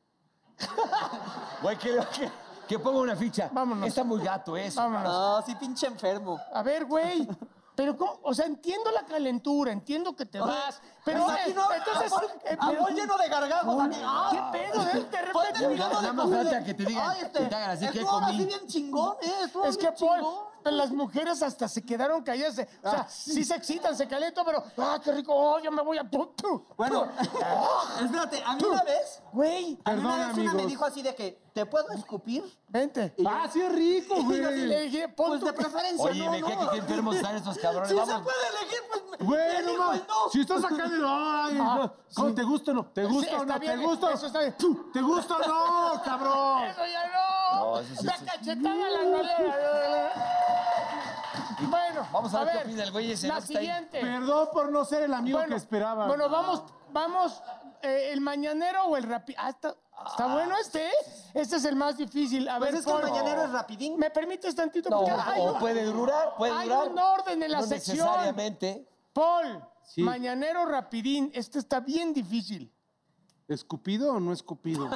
Güey, que, que, que ponga una ficha.
Vámonos.
Está muy gato eso.
Vámonos.
No, sí, pinche enfermo.
A ver, güey. Pero, ¿cómo? O sea, entiendo la calentura, entiendo que te vas. Pero,
Pues aquí
eh,
no,
entonces.
amor,
eh,
amor
pero-
lleno de gargajos aquí.
¿Qué
¡Ah!
pedo? eh? De, de
Fue
repente.
terminando
Nada
de
más
comer
falta
de-
que te digan-
Ay, este,
que te hagan así, ¿qué
estuvo ahora
comí?
sí bien chingón, ¿eh? Estuvo
Es que pues,
bien
Paul,
chingón. Ah,
pero las mujeres hasta se quedaron calladas. se- O sea, sí se excitan, se calientan, pero ¡ah, qué rico! ¡Oh, yo me voy a tu, tu,
Bueno,
tu".
espérate, a mí una vez,
Güey,
a mí una
Perdón,
vez una me
amigos.
dijo así de que, ¿te puedo escupir?
vente.
Y yo-
¡Ah, sí es rico,
Y
güey!
yo sí le dije, pon
Pues
tu-
de preferencia,
Oye,
no,
me queda
no.
que qué enfermos están estos cabrones.
Sí se
Vamos.
puede elegir, pues me- me
Güey, no
dijo
mames.
el no.
Si estás acá de. Ay, no. ¿Cómo ¿Te gusta o no? ¿Te gusta
Ah, Sí,
o
está
no? ¿Te
bien,
gusta?
eso está bien.
¿Te gusta o no, cabrón?
¡Eso ya no!
No, eso sí,
¡La
sí.
cachetada la galera! Bueno,
Vamos a ver qué opina el güey ese,
La
¿no? Está ahí.
siguiente.
Perdón por no ser el amigo que esperaba.
Bueno, vamos, vamos, eh, el mañanero o el rapi. Ah, está, está bueno este, ¿eh? Este es el más difícil. A
Pues
ver,
es que el
Paul,
mañanero es rapidín.
¿Me permites tantito?
No,
Porque hay
o
un-
puede durar, puede
hay
durar.
un orden en la
no
sección.
necesariamente.
Paul,
Sí.
mañanero rapidín. Este está bien difícil.
¿Escupido o no escupido?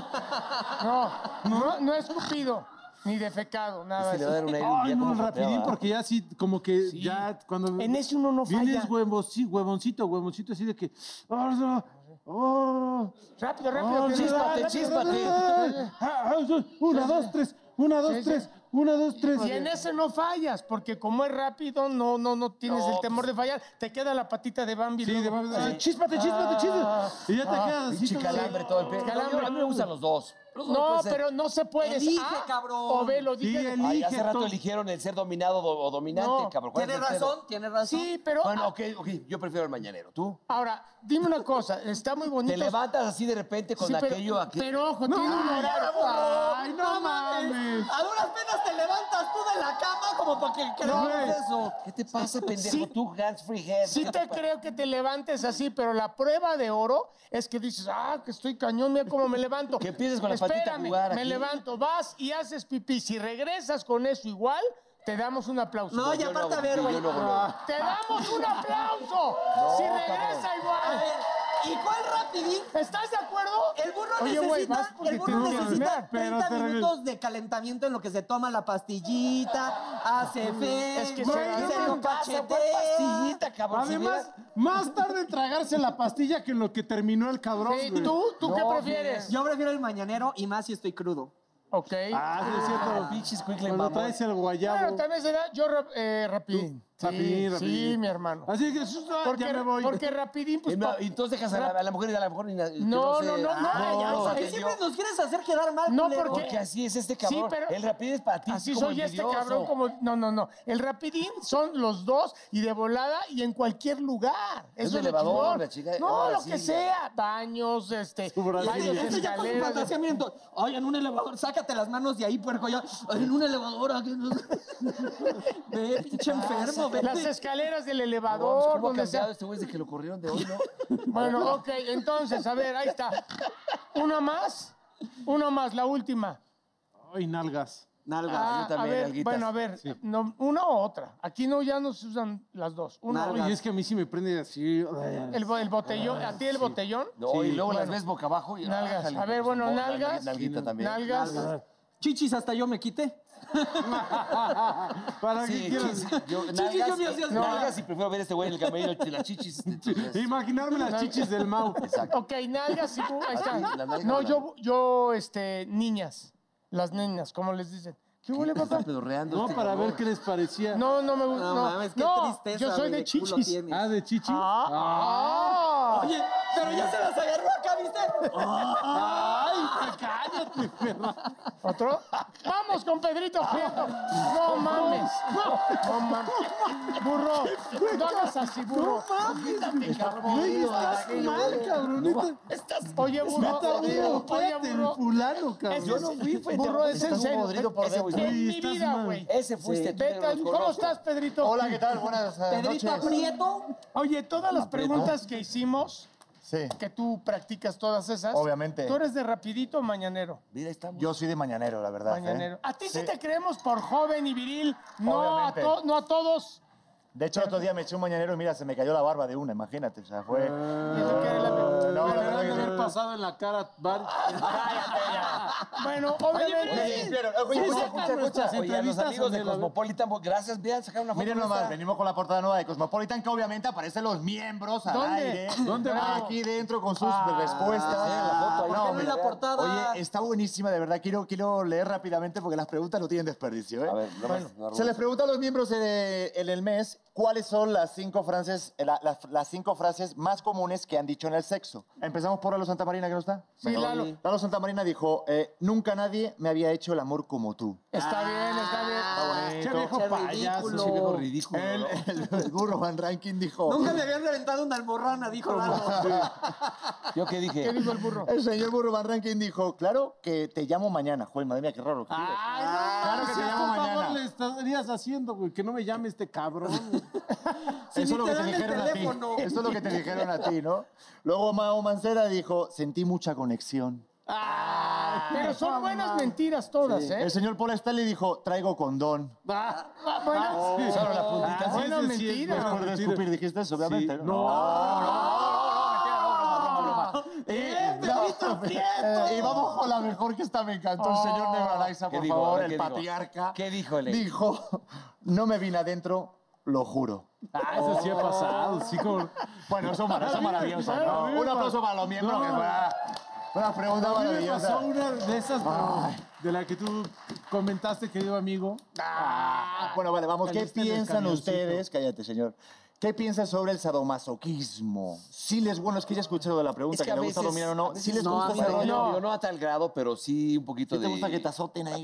No, no, no es cupido, ni defecado, nada
Este
de
le va a
eso.
dar un aire un
Ay,
día
no,
como
el
Mateo,
rapidín,
¿ah?
porque ya sí, como que ya cuando.
En ese uno no
Vienes
falla.
huevos, sí, huevoncito, huevoncito, así de que. ah, no, ah,
Rápido,
ah,
rápido. que-
chíspate,
ah,
chíspate.
ah, ah, ah, Una, dos, tres, una,
Sí, sí.
dos, tres, una, dos, tres.
Y en ese no fallas, porque como es rápido, no, no, no tienes
No,
el temor de fallar. Te queda la patita de Bambi.
Sí,
luego.
de
Ay,
ay, Chíspate, chíspate, chíspate. Y ya te quedas así.
Ah, Pinche
todo de-
calambre todo el pe-
Calambre.
No, yo- A mí me gustan los dos. Los dos
No, pues, eh,
pueden ser.
pero no se puede.
Elige,
"Ah,
A
cabrón.
O B, lo
Sí,
dije.
elige.
Ay, hace rato
todo.
eligieron el ser dominado do- o dominante,
No,
cabrón. ¿Cuál es
Tienes
el pedo?
razón, tienes razón.
Sí, pero ah.
Bueno, ok, ok. Yo prefiero el mañanero. ¿Tú?
ahora, dime una cosa. Está muy bonito.
Te levantas así de repente con
Sí, pero,
aquello aquí.
pero ojo,
No,
tiene un
ay,
horario.
ay, no mames.
A duras penas te levantas tú de la cama como para que creas
güey.
eso.
¿Qué te pasa, pendejo?
Sí.
Tú, hands free head.
Sí te creo que te levantes así, pero la prueba de oro es que dices, ah, que estoy cañón, mira cómo me levanto.
Que empieces con la patita a
Espérame,
jugar
me
aquí.
levanto, vas y haces pipí. Si regresas con eso igual, te damos un aplauso.
No, y
yo
aparte,
no,
a ver,
yo
güey.
no, no.
¡Te damos un aplauso!
No,
si regresa
cabrón.
A
igual.
ver, ¿y cuál rapidín?
¿Estás de acuerdo?
El burro
Oye, güey, vas
necesita,
porque
el burro
tengo que
necesita
orinar,
pero
30
te regreso.
minutos de calentamiento en lo que se toma la pastillita, hace fe,
Es que
güey,
se-
se,
¿qué
lo
te
pasa?
cachetea.
¿Cuál pastillita, cabrón? Si
Además,
vieras-
más tarde en tragarse la pastilla que en lo que terminó el cabrón.
Sí,
güey.
¿Tú, ¿tú qué
No,
prefieres?
Yo prefiero el mañanero y más si estoy crudo.
Ok.
Ah, sí, es cierto.
pinche escuincle
Cuando
mamón.
traes el guayabo.
bueno, también será yo rap- eh, rapidín. Sí,
Rapidín,
Sí,
rapidín.
mi hermano.
Así que sus- ah,
Porque,
ya me voy.
porque rapidín, pues...
Y Eh, no,
pa-
y entonces dejas a la, a la mujer y a la mujer. y na- que
No, no, no, no,
Ah,
no,
ya,
no,
o sea,
no,
Que
que
siempre
yo-
nos quieres hacer quedar mal,
No,
culero.
porque-
Porque así es este cabrón.
pero-
el rapidín es para ti.
Así
como
soy este
envidioso.
cabrón como... No, no, no. El rapidín son los dos y de volada y en cualquier lugar.
Es
Eso
un
es lo
elevador,
chingón.
la chica-
No,
ahora
lo
sí,
que
ya.
sea. Baños, este...
Su brasileña.
Ay,
baños,
Eso ya con su
escaleras.
fantaseamiento. Ay, en un elevador, sácate las manos de ahí, puerco. Ya. Ay, en un elevador. aquí. Ve, pinche enfermo, vete.
Ah, Las escaleras del
No, pues,
elevador,
¿Cómo ha
donde
cambiado
sea. Ah,
este güey desde que lo corrieron de hoy, no?
Bueno, ok, entonces, a ver, ahí está. Una más, una más, la última.
Ay, nalgas.
Nalgas.
Ah, a
también,
ver,
alguitas.
bueno, a ver, no, una u otra. Aquí no ya no se usan las dos. Una,
Nalgas.
Ay, es que a mí sí me prende así. ay,
el, bo- el botellón, a ti el botellón.
No, y luego las
Bueno.
ves boca abajo y.
Nalgas.
ájale,
A ver,
pues,
bueno,
bo-
nalgas.
Nalguita también.
Nalgas.
Chichis, hasta yo me quité.
Para que
Sí,
quieras.
chichis. Yo,
Chichis,
nalgas,
yo me hacía así.
nalgas y prefiero ver a este güey en el camello y las chichis. Entonces,
Imaginarme las chichis del Mau.
Ok, nalgas y tú, ahí está.
Las nalgas
No,
o
yo, yo, este, niñas. Las niñas, como les dicen. ¿Qué huele,
está
papá?
pedorreando.
No,
este
para
cabrón.
ver qué les parecía.
No, no me gusta.
No,
No,
mames, qué
no,
tristeza.
yo soy
güey,
de
culo
chichis.
tienes.
Ah, de chichis.
Ah, ah,
No.
Oye, pero ya se las agarró acá, ¿viste?
Ay, cállate, perra.
¿Otro? ¡Vamos con Pedrito Prieto! ¡No mames! ¡No mames! ¡Burro! ¡No hagas así, burro!
Ah, Güey, estás mal, cabrón. Neta-
Oye, burro.
Neta, burro,
Oye,
espérate,
burro.
fulano, cabrón.
Yo no fui, Burro, es en
Estás
serio.
podrido por
Es
dentro,
güey.
en mi
Estás
vida,
mal.
güey.
Ese fuiste tú.
Vete,
yo los
¿Cómo
conozco.
estás, Pedrito?
Hola, ¿qué tal? Buenas eh,
Pedrito
noches.
Aprieto.
Oye, todas las preguntas que hicimos,
Sí,
que tú practicas todas esas.
Obviamente.
Tú eres de rapidito o mañanero.
Mira, estamos.
yo soy de mañanero, la verdad. ¿eh?
Mañanero. A ti sí,
Sí.
te creemos por joven y viril, no a,
Obviamente.
to- no a todos.
De hecho, el otro día me eché un mañanero y mira, se me cayó la barba de una, imagínate. O sea, fue...
Eso que era la-
No, la
Le
verdad
han de
que sí.
haber pasado en la cara. varios-
Bueno,
Me
obviamente.
limpiaron. Oye,
Sí,
oye,
sacan
escucha, escucha.
nuestras
Oye,
Oye, a los
entrevistas
amigos de
donde la-
Cosmopolitan, pues, gracias, vean, sacaron una foto.
Miren
nuestra.
nomás, venimos con la portada nueva de Cosmopolitan, que obviamente aparecen los miembros al
¿Dónde?
aire.
¿Dónde?
Aquí dentro con sus respuestas.
sí, la foto ahí.
No,
¿Por qué no
hombre,
en la
vean.
portada?
Oye, está buenísima, de verdad. Quiero, quiero leer rápidamente porque las preguntas no tienen desperdicio. ¿eh?
A ver, no más, no
Se les pregunta a los miembros eh, en, el mes cuáles son las cinco, frases, eh, la- la- las cinco frases más comunes que han dicho en el sexo. Empezamos por Lalo Santa Marina, ¿qué no está?
Sí, Lalo.
Lalo Santa Marina dijo, eh, nunca nadie me había hecho el amor como tú.
Está bien, está bien.
Ah, Che viejo
Qué
payaso,
ridículo.
che viejo
ridículo.
El,
¿no?
el- el burro Van Ranking dijo,
Nunca me habían reventado una almorrana, dijo Lalo.
¿Yo qué dije?
¿Qué dijo el burro?
el señor burro Van Ranking dijo, claro que te llamo mañana. Joder, madre mía, qué raro. que eres.
Ay,
Claro
no, claro
que te
que
llamo mañana.
le estarías haciendo, güey? Que no me llame este cabrón. güey.
Si
Eso
ni
es lo
te
que te
dan el
dijeron a ti.
teléfono.
Eso es lo que te dijeron a ti, ¿no? Luego Mao Mancera dijo, sentí mucha conexión.
Pero son buenas mentiras todas, ¿eh?
El señor Paul Stanley dijo, traigo condón. oh,
Ah,
Ah, bueno,
sí.
Solo la puntita.
Ah, sí,
Buena
sí, sí, es
mentira.
buena
Por
mentira.
descubrir, dijiste eso, obviamente.
Sí.
¿no?
No.
ah, Eh, no. Eh, Y vamos con la mejor que esta me encantó, el señor Nebraraiza,
¿Qué
por
dijo? A
favor,
ver, ¿qué
el
dijo?
patriarca.
¿Qué dijo él?
Dijo, no me vine adentro, lo juro.
Ah, eso sí ha pasado. Sí, como...
Bueno, eso es mar- eso es maravilloso. ¿no? Un aplauso para los miembros que fue una pregunta
A mí me pasó
maravillosa.
una de esas, pero de la que tú comentaste, querido amigo.
Bueno, vale, vamos. ¿Qué
Saliste en el
piensan
camioncito.
ustedes? Cállate, señor. ¿Qué piensan sobre el sadomasoquismo? Sí les, bueno, es que ya escuché lo de la pregunta,
Es que
que,
a
le gusta
veces,
dominar o
a
no.
veces
Sí les
no,
gusta
a mí no,
ese rollo.
no, no a tal grado, pero sí un poquito
¿Sí te
de...
gusta que te azoten ahí?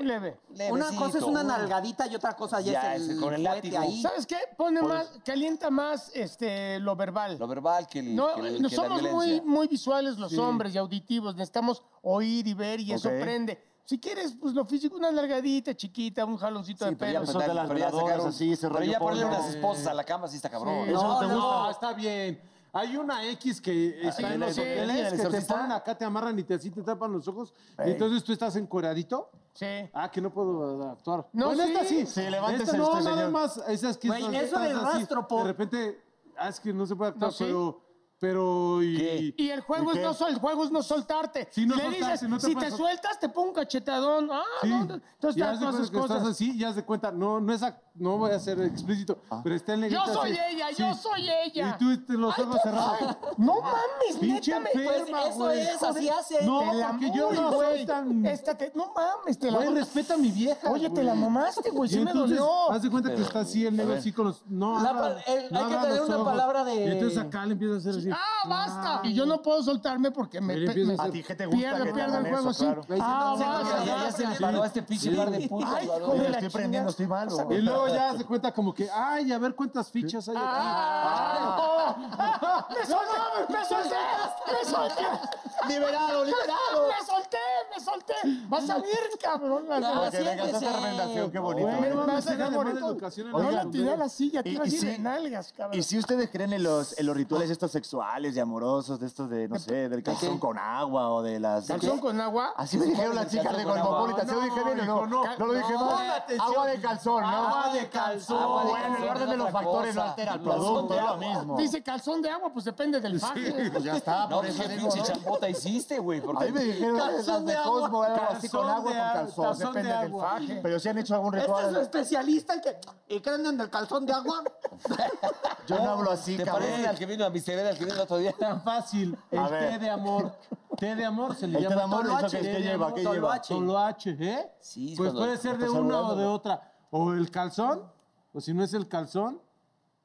leve.
Una
Levecito,
cosa es una
un-
nalgadita y otra cosa ya,
Ya,
es
es
el,
con el
cohete
látigo.
ahí.
¿Sabes qué? Pone más, calienta más este, lo verbal.
Lo verbal que el,
No,
que el-
no
que la
somos muy,
violencia.
muy visuales los hombres y auditivos. Necesitamos oír y ver y eso
Ok.
prende. Si quieres, pues lo físico, una largadita, chiquita, un jaloncito
Sí,
de
pero ya,
pelo.
Eso
pues,
de las
pero ya
veladoras,
sacaron-
así, ese
Pero
rollo
ya ponerle
porno.
unas esposas a la cama sí está cabrón.
Sí.
¿no?
¿Eso
no,
te
no,
gusta?
está bien. Hay una X que está
Ay,
en los
¿la de- la
hoteles
del
que te
exorcista?
ponen acá, te amarran y te así te tapan los ojos.
Ey.
Y entonces tú estás encueradito.
Sí.
Ah, que no puedo actuar.
No,
bueno, esta sí.
sí.
Sí, levántese
Esta no,
usted,
nada
señor.
más. Esas que
Güey,
son-
eso del
estás así,
rastro, po.
De repente, ah, es que no se puede actuar,
No, sí.
pero. Pero. Y,
¿Qué?
Y el juego,
¿Y
es
qué?
no, sol- el juego es no soltarte.
Sí, no
Le
soltarse,
dices,
no te
si
puedes
te
sol-
sueltas, te pongo un cachetadón. Ah,
Sí.
no, no. Entonces
ya
todas
se cuenta
esas
que estás
cosas.
así, ya se cuenta. No, no es ac- no voy a ser explícito, pero está en
Yo
negrita.
soy
así.
ella,
Sí.
yo soy ella.
Y tú te los ojos cerrados.
No mames,
Pinche
neta, me- pues,
enferma,
eso
güey.
es, así hace.
No,
te la
porque yo no
güey.
soy tan.
Esta te- No mames, te la
Güey, respeta a mi vieja.
Oye, te
güey.
la mamaste, güey.
Y
Sí me
entonces,
dolió.
Haz de cuenta que está así el negro, así con los. No,
La
abra-
pa- el-
no
hay que
abra
tener
los
una
ojos.
palabra de-
Y entonces acá le empiezas a hacer así.
¡Ah, basta! Y yo no puedo soltarme porque me,
Pero empiezas a
A ti que te gusta
pierde,
que te
pierde
hagan
el juego,
eso, claro.
sí. Ah,
Ya,
basta,
ya, ya
basta.
se le
Paró a este pinche par de putas.
Ay,
cabrón.
hijo de
Oye,
la
estoy
chingada.
prendiendo, estoy malo.
Y luego ya se cuenta como que, ay, a ver cuántas fichas hay aquí.
¡Ah! ¡Ah! ¡Me solté! ¡Me solté! ¡Me solté!
¡Liberado, liberado!
¡Me solté! ¡Me solté! ¡Vas a ver, cabrón!
Ya,
Porque venga, esa
siéntese.
fermentación, qué bonito.
Güey,
¿eh?
no mames,
Vas a
era
ver
de mala
bonito.
educación
Ah,
en
No
la
la tiré a la silla,
Y-
tiré
y
así de
sí.
nalgas, cabrón.
Y si ustedes creen en los, en los rituales estos sexuales y amorosos, de estos de, no sé, del calzón con agua o de las...
¿Calzón con agua?
Así lo dijeron las chicas de Cosmopolitan. ¿Se lo dije bien o no? No, lo dije mal. Agua de calzón, ¿no?
Agua de calzón.
Agua de
Bueno, el
calzón
orden de
es
los
otra
factores no
cosa.
altera el
Calzón
producto,
de
es lo
agua.
mismo.
Dice calzón de agua, pues depende del faje.
Pues ya está,
No,
por
pues,
eso
qué
digo,
pinche
¿no?
chambota hiciste, güey.
A
Porque
mí me dijeron las de Cosmo, algo así con agua o con calzón.
calzón
Depende
de
del
agua.
faje.
Pero si han hecho algún
Este es
ritual.
el especialista, el que... ¿Y qué andan del calzón de agua?
Yo no hablo así,
¿Te parece
cabrón.
al que vino a mi TV, al que vino el otro día?
Tan fácil. El
A ver.
té de amor. Té de amor se le
El
llama.
té de amor,
Toloache,
eso que-
té
¿qué
de
lleva?
amor,
¿Qué lleva?
toloache. Toloache, ¿eh?
Sí,
Pues
cuando-
puede ser de una
estás
o
hablando,
de
¿no?
otra. O el calzón, o si no es el calzón,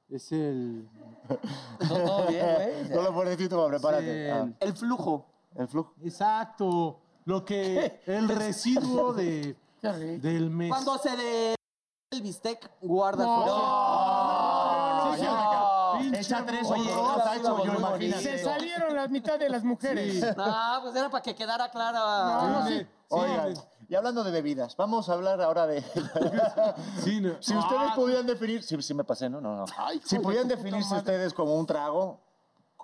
Es el.
No, todo bien, güey.
No lo pones tú, toma, prepárate.
el-
Ah,
El flujo.
el flujo.
Exacto. Lo que. El residuo de,
Qué rico.
del mes.
Cuando se de el bistec, guarda el flujo.
Sí, sí, pinche
Echa tres
amor.
o
Oye,
dos,
ahora sí
Sacho,
vamos
yo
muy
imagino.
Se
bonito.
salieron la mitad de las mujeres.
No, pues era para que quedara clara.
Sí, sí,
Oigan,
sí,
y hablando de bebidas, vamos a hablar ahora de...
sí, no.
si ustedes pudieran definir... Sí, sí me pasé, ¿no? No, no. si pudieran definirse ustedes como un trago,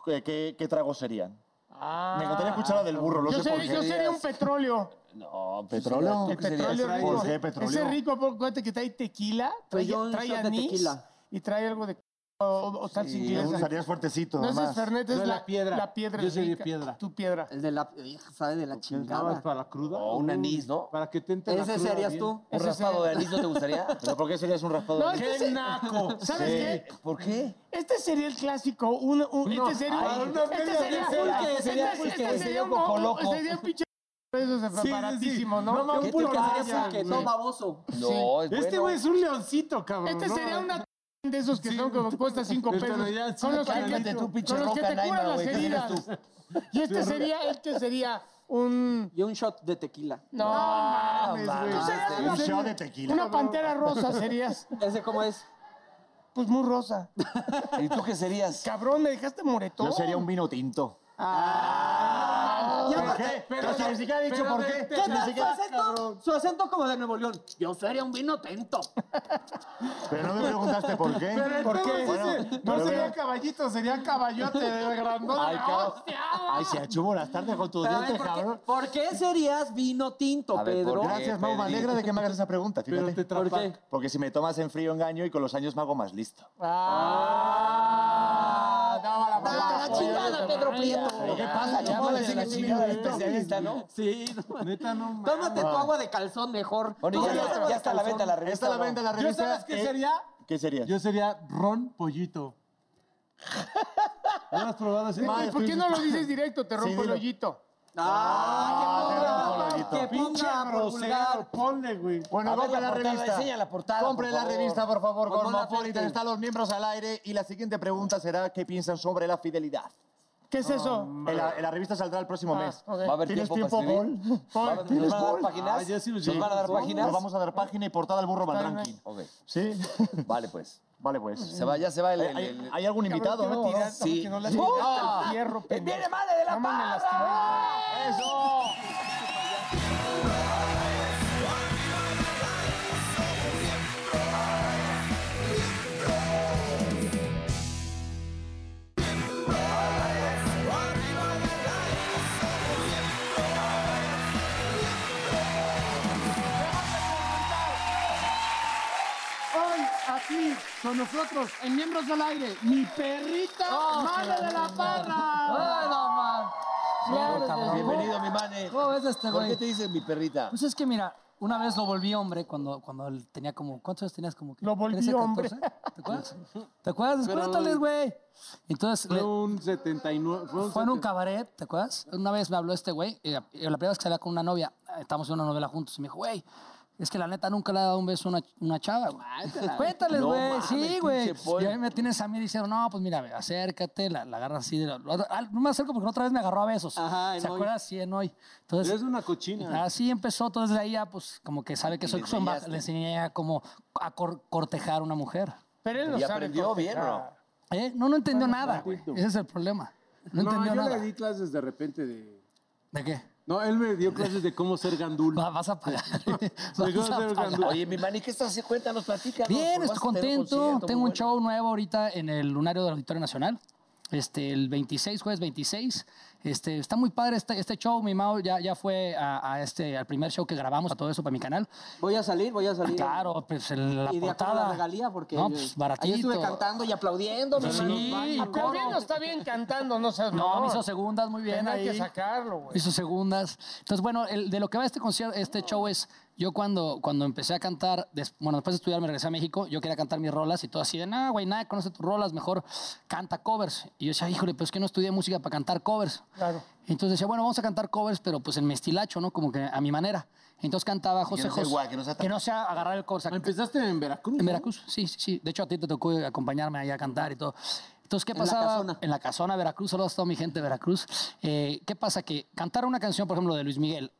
¿qué, qué, qué trago serían? Me encantaría escuchar la del burro, no
Ah. yo,
sé por
sería, yo
qué.
sería un petróleo.
No, petróleo.
El petróleo rico.
¿Por qué petróleo?
Ese rico, por- acuérdate que trae tequila, trae,
Pues yo un
trae
shot de
anís
tequila.
y trae algo de... O, o salsa
Me
inglesa.
gustaría fuertecito,
No ese es
además.
Fernet, es
Yo
la,
la piedra.
La piedra
Yo sería
rica.
piedra.
Tu piedra.
El de la. hija, Sabe de la
Nada más
chingada.
para la cruda.
O un anís, ¿no?
Para que te entre la
Ese
cruda
serías
bien.
tú.
¿Un
Ese
raspado
es
de anís no te gustaría?
¿Pero por qué serías un raspado?
No,
de-
es que
¡Qué
se-
naco!
¿Sabes qué?
¿Por qué?
Este sería el clásico. Un, un-
No,
este sería
ay,
un.
no,
este
media
sería
vez era,
pulque,
sería
este-
pulque,
este
sería
sería un
un coco
moco,
loco.
Sería un pinche. Eso es
sí, sí.
baratísimo, ¿no?
No mames,
¿Qué
pulque
que
sería
sería que
pulque,
no
sí.
baboso.
No, es
Este
bueno.
güey es un leoncito, cabrón.
Este
no
sería
mames.
una de esos que
Sí,
son como cuesta cinco
el
pesos.
tonalidad,
Son
sí,
los que,
cálmate
te,
tú,
pinche
con los que
roca
te
naima,
curan las
güey, ¿qué
heridas.
eres
Y este sería, este sería un.
Y un shot de tequila.
No, mames,
mames,
güey.
este-
Sería
Un
una-
shot de tequila.
Una pantera rosa serías.
¿Ese cómo es?
Pues muy rosa.
¿Y tú qué serías?
Cabrón, me dejaste moretón.
Yo sería un vino tinto.
Y
¿Por
aparte,
qué? Pero si ni siquiera he dicho
pero
por
de-
qué.
de-
¿Qué
Si ni
tal su
siquiera-
acento? Su acento como de Nuevo León. Yo sería un vino tento.
Pero no me preguntaste por qué.
Pero el
¿Por
pedo
qué?
es
Bueno,
ese, no
pero
sería
bueno.
caballito, sería caballote de grandote.
Ay, cabrón. Ay, se achubó buenas tardes con tus
Pero a ver,
dientes,
¿por, qué,
cabrón.
por qué serías vino tinto,
A ver, ¿por
Pedro?
qué?
Gracias, Mau. Me
Pedrito.
alegra de que me hagas esa pregunta,
Pero te
fíjate.
¿Por
trapa.
qué?
Porque si me tomas en frío engaño y con los años me hago más listo.
Ah, daba la
Ah, la chingada, Pedro
¿Pero
Prieto.
qué pasa? Ya
No,
me
de la chingada especialista, ¿no?
Sí, no.
Neta, no mames.
Tómate tu agua de calzón mejor.
Bueno, ya,
Tómate
ya-
agua
ya
de
está a la
calzón.
venta la
Está
revista.
a la venta
¿no?
la
¿Yo
revista.
sabes qué
eh,
sería?
¿Qué sería?
Yo sería Ron Pollito. ¿No lo has probado ese?
Madre,
Pues, ¿Por qué no lo dices directo? Te rompo el
dilo.
hoyito.
Ah, que
Ah,
ponga, que
Pinche
ponga por
grosero,
vulgar.
ponle, güey.
Bueno,
A ver
compre
la
la
portada,
revista.
enseña la portada,
Compre
por
la
favor.
revista, por favor,
Con Mona
Cosmopolitan.
Fenty.
Están los miembros al aire y la siguiente pregunta será qué piensan sobre la fidelidad.
¿Qué es eso?
En la, en la revista saldrá el próximo
Ah,
mes.
ok.
Va a haber
¿Tienes
tiempo,
tiempo,
para escribir.
Paul?
¿Va a haber- ¿Nos van a dar páginas?
Ah, ya sí,
¿Nos
sí.
van a dar páginas?
Nos vamos a dar página y portada al burro
Está eh.
Van
Ok.
Sí.
Vale, pues.
Vale, pues.
Se va, ya se va el... el-
¿Hay,
el-
hay algún invitado,
Cabrón,
no?
te iba a tirar,
¿No?
Sí.
que no le has
¡Puta!
tirado el fierro, pendejo.
¡Viene madre de la
No me
parra!
¡Eso!
Hoy, aquí, con nosotros, en Miembros al Aire, mi perrita,
¡Oh!
madre de la parra.
Ay, no, man. Claro, desde luego.
Bienvenido, mi mane.
¿Cómo ves este
¿Por qué
güey?
te dicen mi perrita?
Pues es que mira, una vez lo volví hombre cuando, cuando él tenía como. ¿Cuántos años tenías? Como que
Lo volví
13, 14?
hombre.
¿Te acuerdas? ¿Te acuerdas? Cuéntales, güey. Entonces, le-
Fue un 79. Fue un,
fue en un
70.
cabaret, ¿te acuerdas? Una vez me habló este güey, y la y la primera vez que salía con una novia, estamos en una novela juntos, y me dijo, güey, es que la neta nunca le ha dado un beso a una, una chava, güey. Cuéntales,
No
güey,
mames,
sí,
pinche
güey.
Paul.
Y ahí me tienes a mí diciendo, no, pues mira, güey, acércate, la, la agarras así. de la- la- ah, no me acerco porque la otra vez me agarró a besos.
Ajá, en
¿Se
hoy.
acuerdas? Sí, en hoy. Entonces,
Eres una cochina.
Así empezó, entonces de ahí ya, pues, como que sabe que soy
le
su embajador.
enseñaste.
Le enseñé a cómo a cor- cortejar a una mujer.
Pero él no
¿Y
sabe
aprendió
cortejar.
bien o no?
¿Eh? No, no entendió nada, güey.
tantito.
Ese es el problema. No,
yo
entendió nada.
le di clases de repente de...
¿De qué?
No, él me dio clases de cómo ser gandul.
Va- vas a pagar.
Me
Vas
acabas
a
de ver
pagar.
cuando-
Oye, mi mani, ¿qué estás haciendo? Cuéntanos, platícanos.
Bien,
pues, Vas a
estoy
tener
contento.
concierto
Tengo
muy
un
bueno.
show nuevo ahorita en el Lunario del Auditorio Nacional. Este, el 26, jueves 26. Este, está muy padre este, este show. Mi Mao ya, ya fue a, a este, al primer show que grabamos, a todo eso para mi canal.
Voy a salir, voy a salir.
Claro, pues el- la
Y de acá
portada.
la regalía, porque
No,
yo-
pues
Ahí estuve
baratito.
cantando y aplaudiendo. mi hermano.
Sí,
Ah, Pero bien, no está bien cantando, no seas
No,
mamón.
me hizo segundas muy bien
Ten, Hay
ahí.
que sacarlo, güey.
Hizo segundas. Entonces, bueno, el- de lo que va este concierto, este show es
Yo cuando, cuando empecé a cantar, des- bueno, después de estudiar me regresé a México, yo quería cantar mis rolas y todo así de, nah, güey, nada, conoce tus rolas, mejor canta covers. Y yo decía, híjole, pues que no estudié música para cantar covers.
Claro.
Entonces decía, bueno, vamos a cantar covers, pero pues en mi estilacho, ¿no? Como que a mi manera. Entonces cantaba José
no sea
José.
guay, que no sea tan-
sea agarrar el cover. o sea,
Empezaste en Veracruz.
en
¿no?
Veracruz, sí, sí, sí. De hecho, a ti te tocó acompañarme allá a cantar y todo. Entonces, ¿qué pasaba?
Casona.
En la casona, Veracruz, saludos a toda mi gente de Veracruz. Eh, ¿Qué pasa? Que cantar una canción, por ejemplo, de Luis Miguel,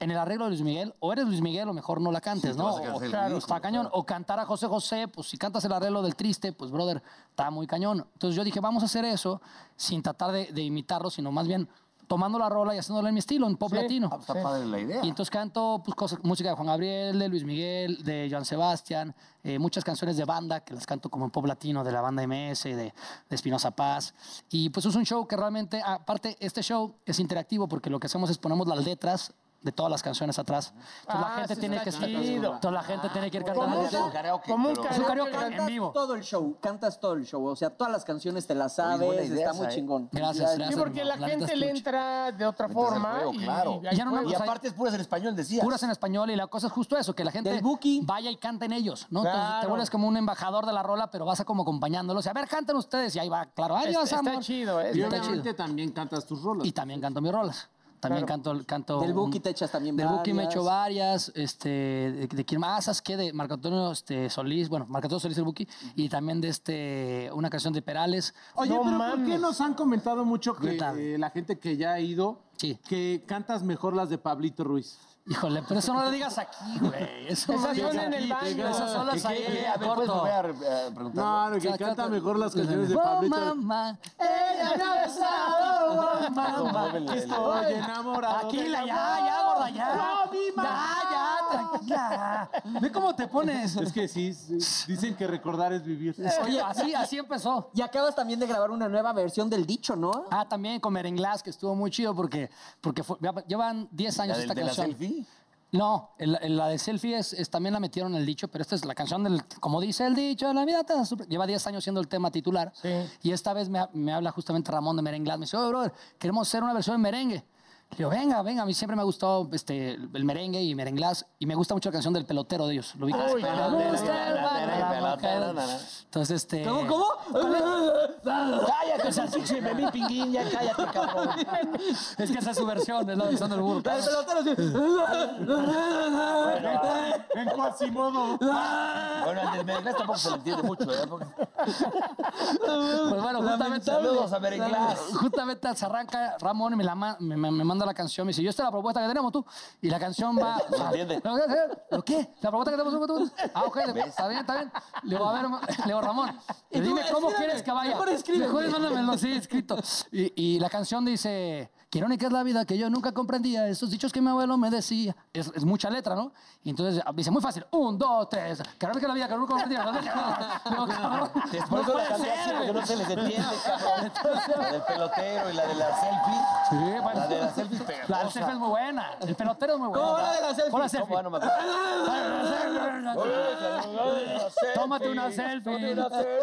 en el arreglo de Luis Miguel, o eres Luis Miguel o mejor no la cantes,
te
¿no?
vas a
O-
cansar el
claro,
ridículo,
está cañón. O cantar a José José, pues si cantas el arreglo del triste, pues brother, está muy cañón. Entonces yo dije, vamos a hacer eso sin tratar de, de imitarlo, sino más bien tomando la rola y haciéndola en mi estilo, en pop latino.
Ah, pues, Está padre la idea.
Y entonces canto pues, cosas- música de Juan Gabriel, de Luis Miguel, de Joan Sebastián, eh, muchas canciones de banda que las canto como en pop latino, de la banda MS, de, de Espinosa Paz. Y pues es un show que realmente, aparte, este show es interactivo porque lo que hacemos es ponemos las letras de todas las canciones atrás. Entonces
Ah,
la gente
eso
tiene
está
que estar,
chido.
entonces la gente tiene que ir
Como
cantando.
un
es un karaoke,
como un
pero-
Es un
karaoke
karaoke en
grande.
vivo.
Todo el show, cantas todo el show. O sea, todas las canciones te las
Oye,
sabes,
buena idea
está
esa,
muy
¿eh?
chingón.
Gracias,
Sí,
gracias.
porque
hermano.
la,
neta
gente
está
le
muy
entra de otra
Metes el
forma.
juego,
y,
claro.
y hay
Ya no me
juego.
Y
o sea,
aparte es puras en español, decía.
puras en español y la cosa es justo eso, que la gente
Del Buki.
vaya y cante en ellos, ¿no? Entonces te
Claro.
vuelves como un embajador de la rola, pero vas a como acompañándolos. Y a ver, canten ustedes y ahí va, claro, adiós,
Está- está
amor.
chido, ¿eh?
Y
Está chido.
obviamente también cantas tus rolas.
Y también canto mis rolas. También
Claro.
canto, canto...
Del Buki
un-
te echas también
Del Buki me he
varias.
hecho varias, este, de, de quién más, ¿sabes qué? De Marco Antonio este, Solís, bueno, Marco Antonio Solís el Buki, y también de este, una canción de Perales.
Oye,
No
pero ¿por qué
mames.
nos han comentado mucho que
¿Qué tal?
eh, la gente que ya ha ido,
Sí.
que cantas mejor las de Pablito Ruiz?
Híjole, pero eso no lo digas aquí, güey. Eso no lo
Esas
digas
son en
aquí.
el baño.
Esas son las
¿Qué-
ahí,
qué- qué? Eh, A ver, ¿puedes
corto.
volver a re- a preguntar?
No, no, que canta mejor las canciones de Pablito.
ella me ha besado, oh, mamá.
Mueve el- el-
Estoy enamorado.
Tranquila,
de
ya,
la-
ya, gorda, ya.
No, mi mamá.
Ya, ya, tranquila. Ve cómo te pones.
Es que sí, sí, dicen que recordar es vivir.
Oye, así, así empezó.
Y acabas también de grabar una nueva versión del dicho, ¿no?
Ah, también con Merenglas, que estuvo muy chido porque, porque fue- ya- llevan 10
¿La
años
del-
esta
de la
canción.
selfie?
No, el- el- la de selfie es, es- también la metieron en el dicho, pero esta es la canción del, como dice el dicho, la vida te da su- lleva 10 años siendo el tema titular. Y esta vez me, ha- me habla justamente Ramón de Merenglas, me dice, oye, brother, queremos hacer una versión en merengue. Le digo, venga, venga, a mí siempre me ha gustado este, el el merengue y merenglas, y me gusta mucho la canción del pelotero de ellos. Lo ubican.
Uy,
Me
pelotero,
gusta el baile de la
pelotero,
mujer.
na, na.
Entonces, este...
¿Cómo, cómo?
Cállate, o sea, pinche bebé pinguín, ya cállate, cabrón.
Es que esa es su versión, es la versión del burro.
El pelotero sí.
En Quasimodo.
Bueno, al del Merenglés tampoco se le entiende mucho, ¿verdad? Porque-
Pues bueno, justamente,
Saludos a Merenglás.
Pues, justamente se arranca Ramón y me, la ma- me, me- me manda la canción. Me dice, yo esta es la propuesta que tenemos tú. Y la canción va... o sea,
entiende.
¿Lo qué? ¿La propuesta que tenemos tú? Ah, ok, está bien, está bien. Le digo, a ver, le digo, Ramón,
Y tú,
dime cómo
escríbeme,
quieres que vaya.
mejor escríbeme.
Mejor mándamelo, sí, escrito. Y, y la canción dice... Que irónica es la vida que yo nunca comprendía, esos dichos que mi abuelo me decía. Es, es mucha letra, ¿no? Y entonces ah, dice muy fácil: un, dos, tres. Que irónica es la vida que nunca comprendía. Le digo, cabrón,
Después
no
la
puede
canté así
ser,
porque no se les entiende, cabrón. La del pelotero y la de la selfie.
Sí, bueno.
La de la selfie es pegajosa.
La selfie es muy buena. El pelotero es muy bueno.
la de la selfie?
Hola,
No,
selfie.
bueno, me acuerdo.
Tómate una selfie.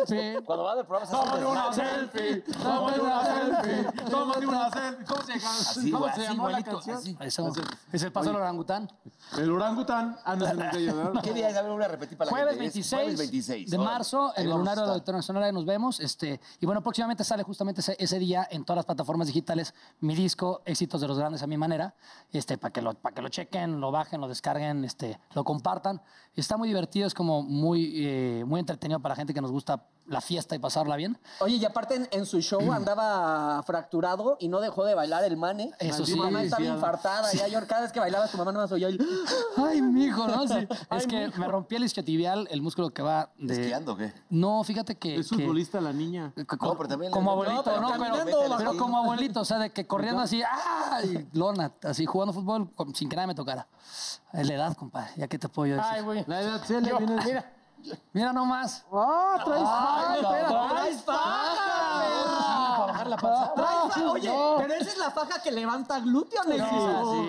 Sí.
Cuando van del programa se hacen desmadre.
selfie, tómate una selfie, tómate una selfie. ¿Cómo se,
Así,
¿cómo
así,
se llamó la
igualito,
canción?
así.
Eso es el paso del orangután.
El orangután. Ah, no se nos cayó, ¿verdad?
¿Qué día es? A ver, una repetí para la
Jueves
gente. Es
26,
jueves 26.
de
Órale.
marzo
Ahí
en el
vamos a
lunario de
estar.
Auditorio Nacional. ahí Nos vemos. Este, y bueno, próximamente sale justamente ese, ese día en todas las plataformas digitales mi disco Éxitos de los Grandes a mi manera. Este, para que lo para que lo chequen, lo bajen, lo descarguen, este, lo compartan. Está muy divertido, es como muy eh, muy entretenido para la gente que nos gusta la fiesta y pasarla bien.
Oye, y aparte en, en su show andaba fracturado y no dejó de bailar el mane.
Eso
tu
sí.
mamá estaba infartada. Ya, yo, cada vez que bailabas, tu mamá nomás oía el...
Ay, mijo, ¿no? Sí. Es que me rompí el isquiotibial, el músculo que va de...
¿Esquiando o qué?
No, fíjate que...
Es
que-
futbolista la niña.
que co-
No, pero también-
como
no,
abuelito,
pero
¿no? Pero,
caminando,
pero
bajando.
como abuelito, o sea, de que corriendo así, ¡ah! Y lona, así jugando fútbol con- sin que nada me tocara. Es la edad, compadre, ya que te puedo yo decir.
Ay, güey.
La edad se le
Yo-
viene-
mira,
Mira nomás.
¡Ah, traes!
¡Ay, espérate!
¡Traes faja!
Para bajar la panza.
Traes faja. Oye, pero esa es la faja que levanta glúteo, necio.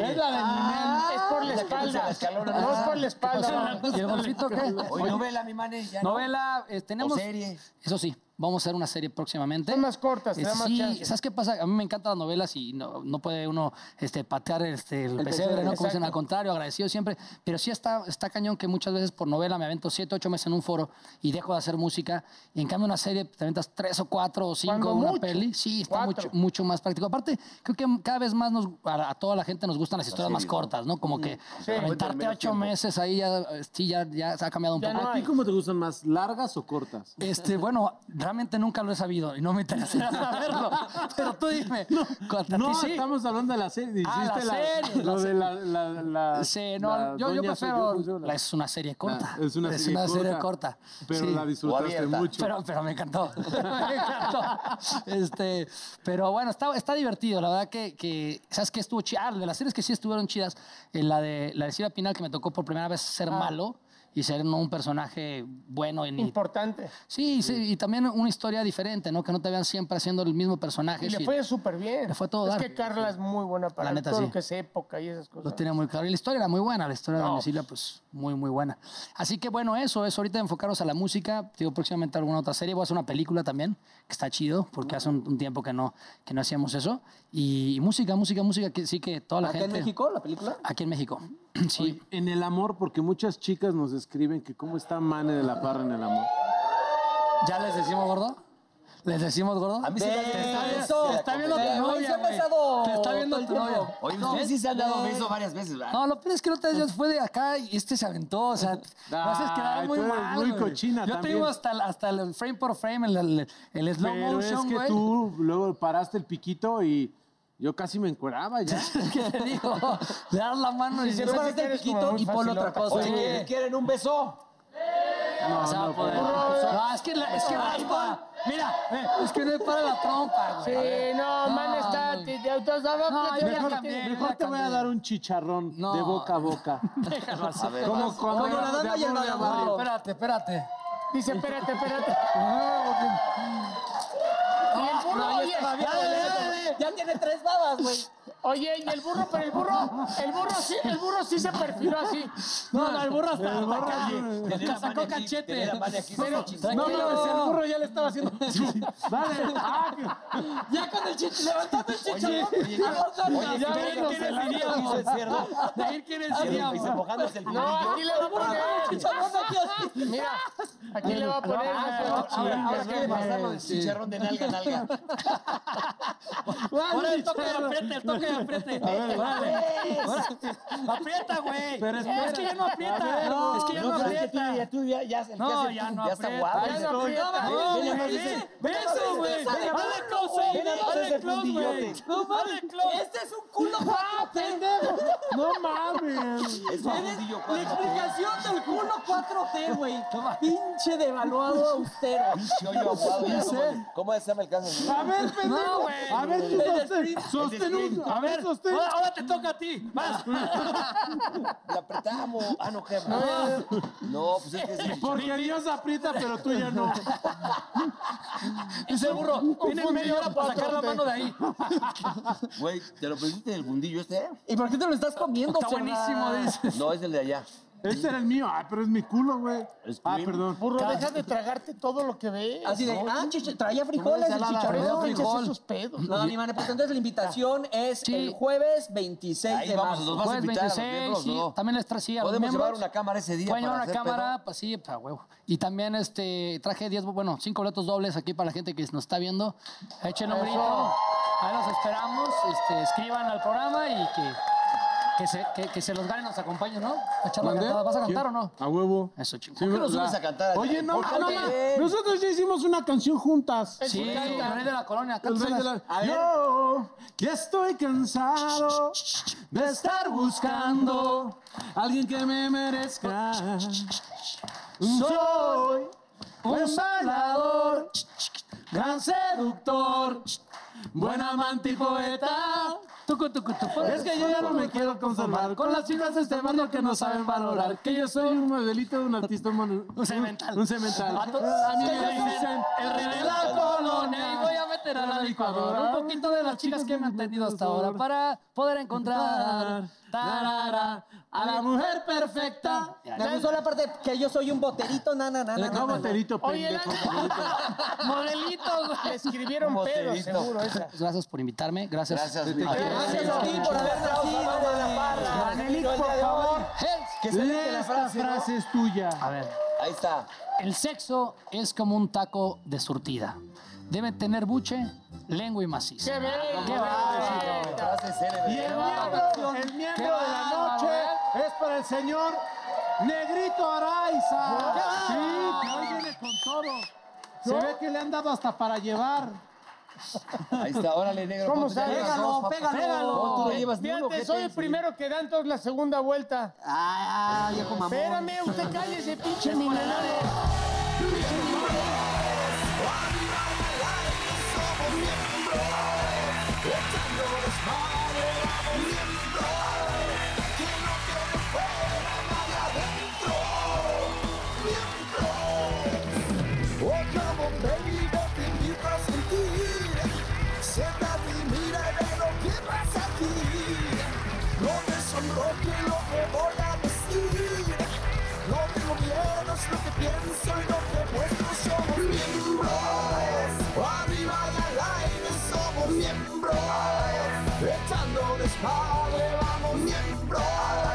es la de Ninel, es por la
es la que pasa
espalda.
la escalona,
No es
¿no?
por la
¿Qué pasó?
espalda.
¿Y el golfito qué?
Hoy novela, mi manes, ya no.
Novela, eh, tenemos...
O serie.
Eso sí, Vamos a hacer una serie próximamente.
Son más cortas, te
Eh,
da más
sí,
chance.
¿sabes qué pasa? A mí me encantan las novelas y no, no puede uno este, patear este, el, pesebre, ¿no? Como dicen,
exacto.
al contrario, agradecido siempre. Pero sí está, está cañón que muchas veces por novela me avento siete, ocho meses en un foro y dejo de hacer música. Y en cambio una serie te aventas tres o cuatro o cinco,
Cuando
una
mucho,
peli. Sí, está
cuatro.
mucho, mucho más práctico. Aparte, creo que cada vez más nos, a, a toda la gente nos gustan las historias más cortas, ¿no? Como que aventarte ocho meses ahí ya, eh, sí, ya, ya se ha cambiado un
Ya
poco.
no
¿A
hay.
ti cómo te gustan más, largas o cortas?
Este, bueno, realmente nunca lo he sabido y no me interesa saberlo. Pero tú dime. ¿cuánto- a
No,
ti sí?
estamos hablando de la serie.
Ah, la
Hiciste la
serie, la
Lo de
serie.
la. la- la-
Sí, no,
la
yo, yo
doña soy yo,
prefiero.
funciona.
la- es una serie corta.
Ah, es una serie corta,
corta.
Pero
sí.
la disfrutaste
abierta.
mucho.
Pero, pero me encantó. me encantó. Este, pero bueno, está, está divertido. La verdad que, que ¿sabes qué estuvo chida? Ah, de las series que sí estuvieron chidas, eh, la de la de Silvia Pinal, que me tocó por primera vez ser
Ah.
malo y ser no un personaje bueno y ni-
Importante.
Sí, sí, y también una historia diferente, ¿no? Que no te vean siempre haciendo el mismo personaje.
Y le
sí.
fue súper bien.
Le fue todo
Es
dar.
que Carla es muy buena para
La neta,
todo
sí.
lo que es época y esas
Lo
cosas.
tenía muy claro. Y la historia era muy buena, la historia de
No.
Doña Silvia, pues muy, muy buena. Así que bueno, eso es ahorita enfocarnos a la música. Digo, próximamente alguna otra serie. Voy a hacer una película también, que está chido, porque hace un, un tiempo que no, que no hacíamos eso. Y música, música, música, que sí que toda la
¿Acá en
gente.
México la película?
Aquí en México. Sí.
Oye, en el amor, porque muchas chicas nos escriben que cómo está Mane de la Parra en el amor.
¿Ya les decimos gordo? ¿Les decimos gordo?
A mí sí me hace-
Eso.
Te está viendo
Eh,
tu
güey, se
novia,
ha
güey.
pasado
Te está viendo
todo el
tu
tiempo.
novia.
Oye,
No,
ustedes sí se han dado beso varias veces, ¿verdad?
No, lo peor es que el otro día fue de acá y este se aventó. O sea, me haces quedar
Ay,
muy
tú eres
mal.
muy
güey.
cochina
Yo
también.
te digo hasta, el- hasta el frame por frame, el, el, el slow
Pero es
motion,
que
güey.
tú luego paraste el piquito y yo casi me encueraba ya.
¿Qué te digo? Le das la mano y
Sí,
dices,
se
"Este
me
"Oye,
hace que eres como muy
y ponle otra
facilota.
cosa.
Oye,
Oye, ¿quieren un beso?
no se va a poder". No, es que, la- es que no hay pa- Mira, eh, es que no es para la trompa, güey.
Sí, no,
No,
man, está.
no.
te- te- te-
No, yo ya
te-
cambié.
Mejor te voy a dar un chicharrón
No.
de boca a boca.
Déjalo así.
Como cuando
Como la dama y el
No,
vagabundo.
espérate, espérate.
Dice, espérate, espérate.
No, no,
oye,
ya está bien,
ya,
güey.
Ya tiene tres babas, güey.
Oye, y el burro, pero el burro, el burro sí, el burro sí se perfiló así.
No, no, el burro hasta
El burro,
acá,
sí.
güey. Hasta sacó cachete. Pero,
No,
tranquilo.
mames, el burro ya le estaba haciendo. Dale. Ah, que-
Ya con el chich, levantando el chicharrón.
Oye, ya ven
no
quién
se
es
la
Iriam. Ya ven quién es Iriam.
No, aquí le va a poner.
Chicharrón aquí así.
Mira, aquí le va a poner.
Ah,
eh,
ahora- ahora quiere pasarlo de
Chicharrón de nalga, nalga.
Ahora el toque de apriete, el toque de apriete. Órale. Aprieta, güey. es que ya no aprieta. es que ya no, aprieta.
tú ya, ya, el que
No,
hace-
ya no
está
aprieta.
guapo.
Ya
Ya
no
está-
aprieta.
Ve,
No,
ve nomás
güey,
ese-
ve eso, güey.
Ve nomás
Hazle close, ahí,
Ve nomás
hazle
ese
close, güey.
fundillote.
No mames, close.
Este es un culo cuatro.
No mames.
Es un fundillo
La
cuatro,
explicación del culo 4T, güey. Pinche devaluado austero.
pinche hoyo aguado, ya como- ¿Cómo se llama el caso?
A ver, pendejo. a ver, tú sostén, sostén un. A ver, sostén.
Ahora, ahora te toca a ti. Vas.
La apretamos. Ah, no, qué No, no pues es que es
Porque Dios aprieta, pero tú ya no.
Dice el burro, tiene media hora para sacar la mano de ahí.
Güey, ¿te lo pusiste en el fundillo este?
¿Y por qué te lo estás comiendo,
Está buenísimo, dice.
No, es el de allá.
Este era el mío. Ah, pero es mi culo, güey.
Es
Ah,
mi-
perdón.
Burro, deja de tragarte todo lo que ves.
Así de, ah, chicha- traía frijoles el
Por eso
chicharrón.
te echas esos pedos.
No, mi mane, pues entonces la invitación es
Sí.
el jueves 26
Ah. Ahí
de
vamos,
marzo.
nos vas a
Jueves
invitar a los
26,
miembros,
sí,
¿no?
También les traje sí, a los
Podemos
miembros.
llevar una cámara ese día
Pueden llevar
para
una
hacer
cámara, pues sí, para huevo. Y también este, traje 10, bueno, 5 boletos dobles aquí para la gente que nos está viendo. Echen un grito. Ahí los esperamos. Este, escriban al programa y que, que, se, que, que se los ganen, nos acompañen, ¿no? A echar la
¿Mande?
cantada. ¿Vas a cantar o no?
A huevo.
Eso, chingón.
Sí,
pedo. ¿Por qué no
la-
subes a cantar? al-
Oye, no,
¿Por qué
no,
no?
no, nosotros ya hicimos una canción juntas.
Sí, el rey de la colonia.
El rey de la- Yo ya estoy cansado de estar buscando alguien que me merezca. Soy un bailador, gran seductor, buen amante y poeta.
Tucu, tucu, tucu.
Es que yo ya no me quiero conformar con las chicas de este barrio que no saben valorar. Que yo soy un modelito, un artista, un, mono-
Un cemental. Ah,
Un cemental.
A to-
A mí me
dicen,
dicen
el rey de la colonia. Y voy a meter meter a la licuadora un poquito de las chicas que me han tenido hasta ahora para poder encontrar.
Tarara, a la mujer perfecta.
Me gustó la parte que yo soy un boterito, na, na, na, na, na,
No,
na.
boterito,
Oye,
pendejo.
la- modelito, güey. Le escribieron pedos,
Modelito.
seguro, esa.
Pues Gracias por invitarme. Gracias.
Gracias, mi
Gracias.
querido.
Gracias a ti por haber nacido.
Manelik, por favor,
Que se
lee
mete la
esta
frase, ¿no?
frase es tuya.
A ver.
Ahí está.
El sexo es como un taco de surtida. Debe tener buche, lengua y macizo.
¡Qué bello!
Qué bárbaro.
Frase célebre.
Y el miembro, el miembro de la
bárbaro,
noche es para el señor Negrito Araiza. Sí, que hoy viene con todo. Se ve que le han dado hasta para llevar.
Ahí está, órale, negro.
¿Cómo
ponte, ya
sale?
llevas
Pégalo,
dos, papá.
pégalo.
No, tú no llevas ni uno,
Fíjate,
¿qué
soy
te
el
dice?
primero que da entonces la segunda vuelta.
Ah, viejo mamón.
Espérame, usted cállese, pinche millonario.
Otra bombella te invita a sentir. Siéntate y mira de lo que pasa aquí. No te sonroje lo que voy a decir. No tengo miedo, es lo que pienso y lo que muestro. Somos miembros. Arriba y al aire somos miembros. Echando desmadre vamos miembros.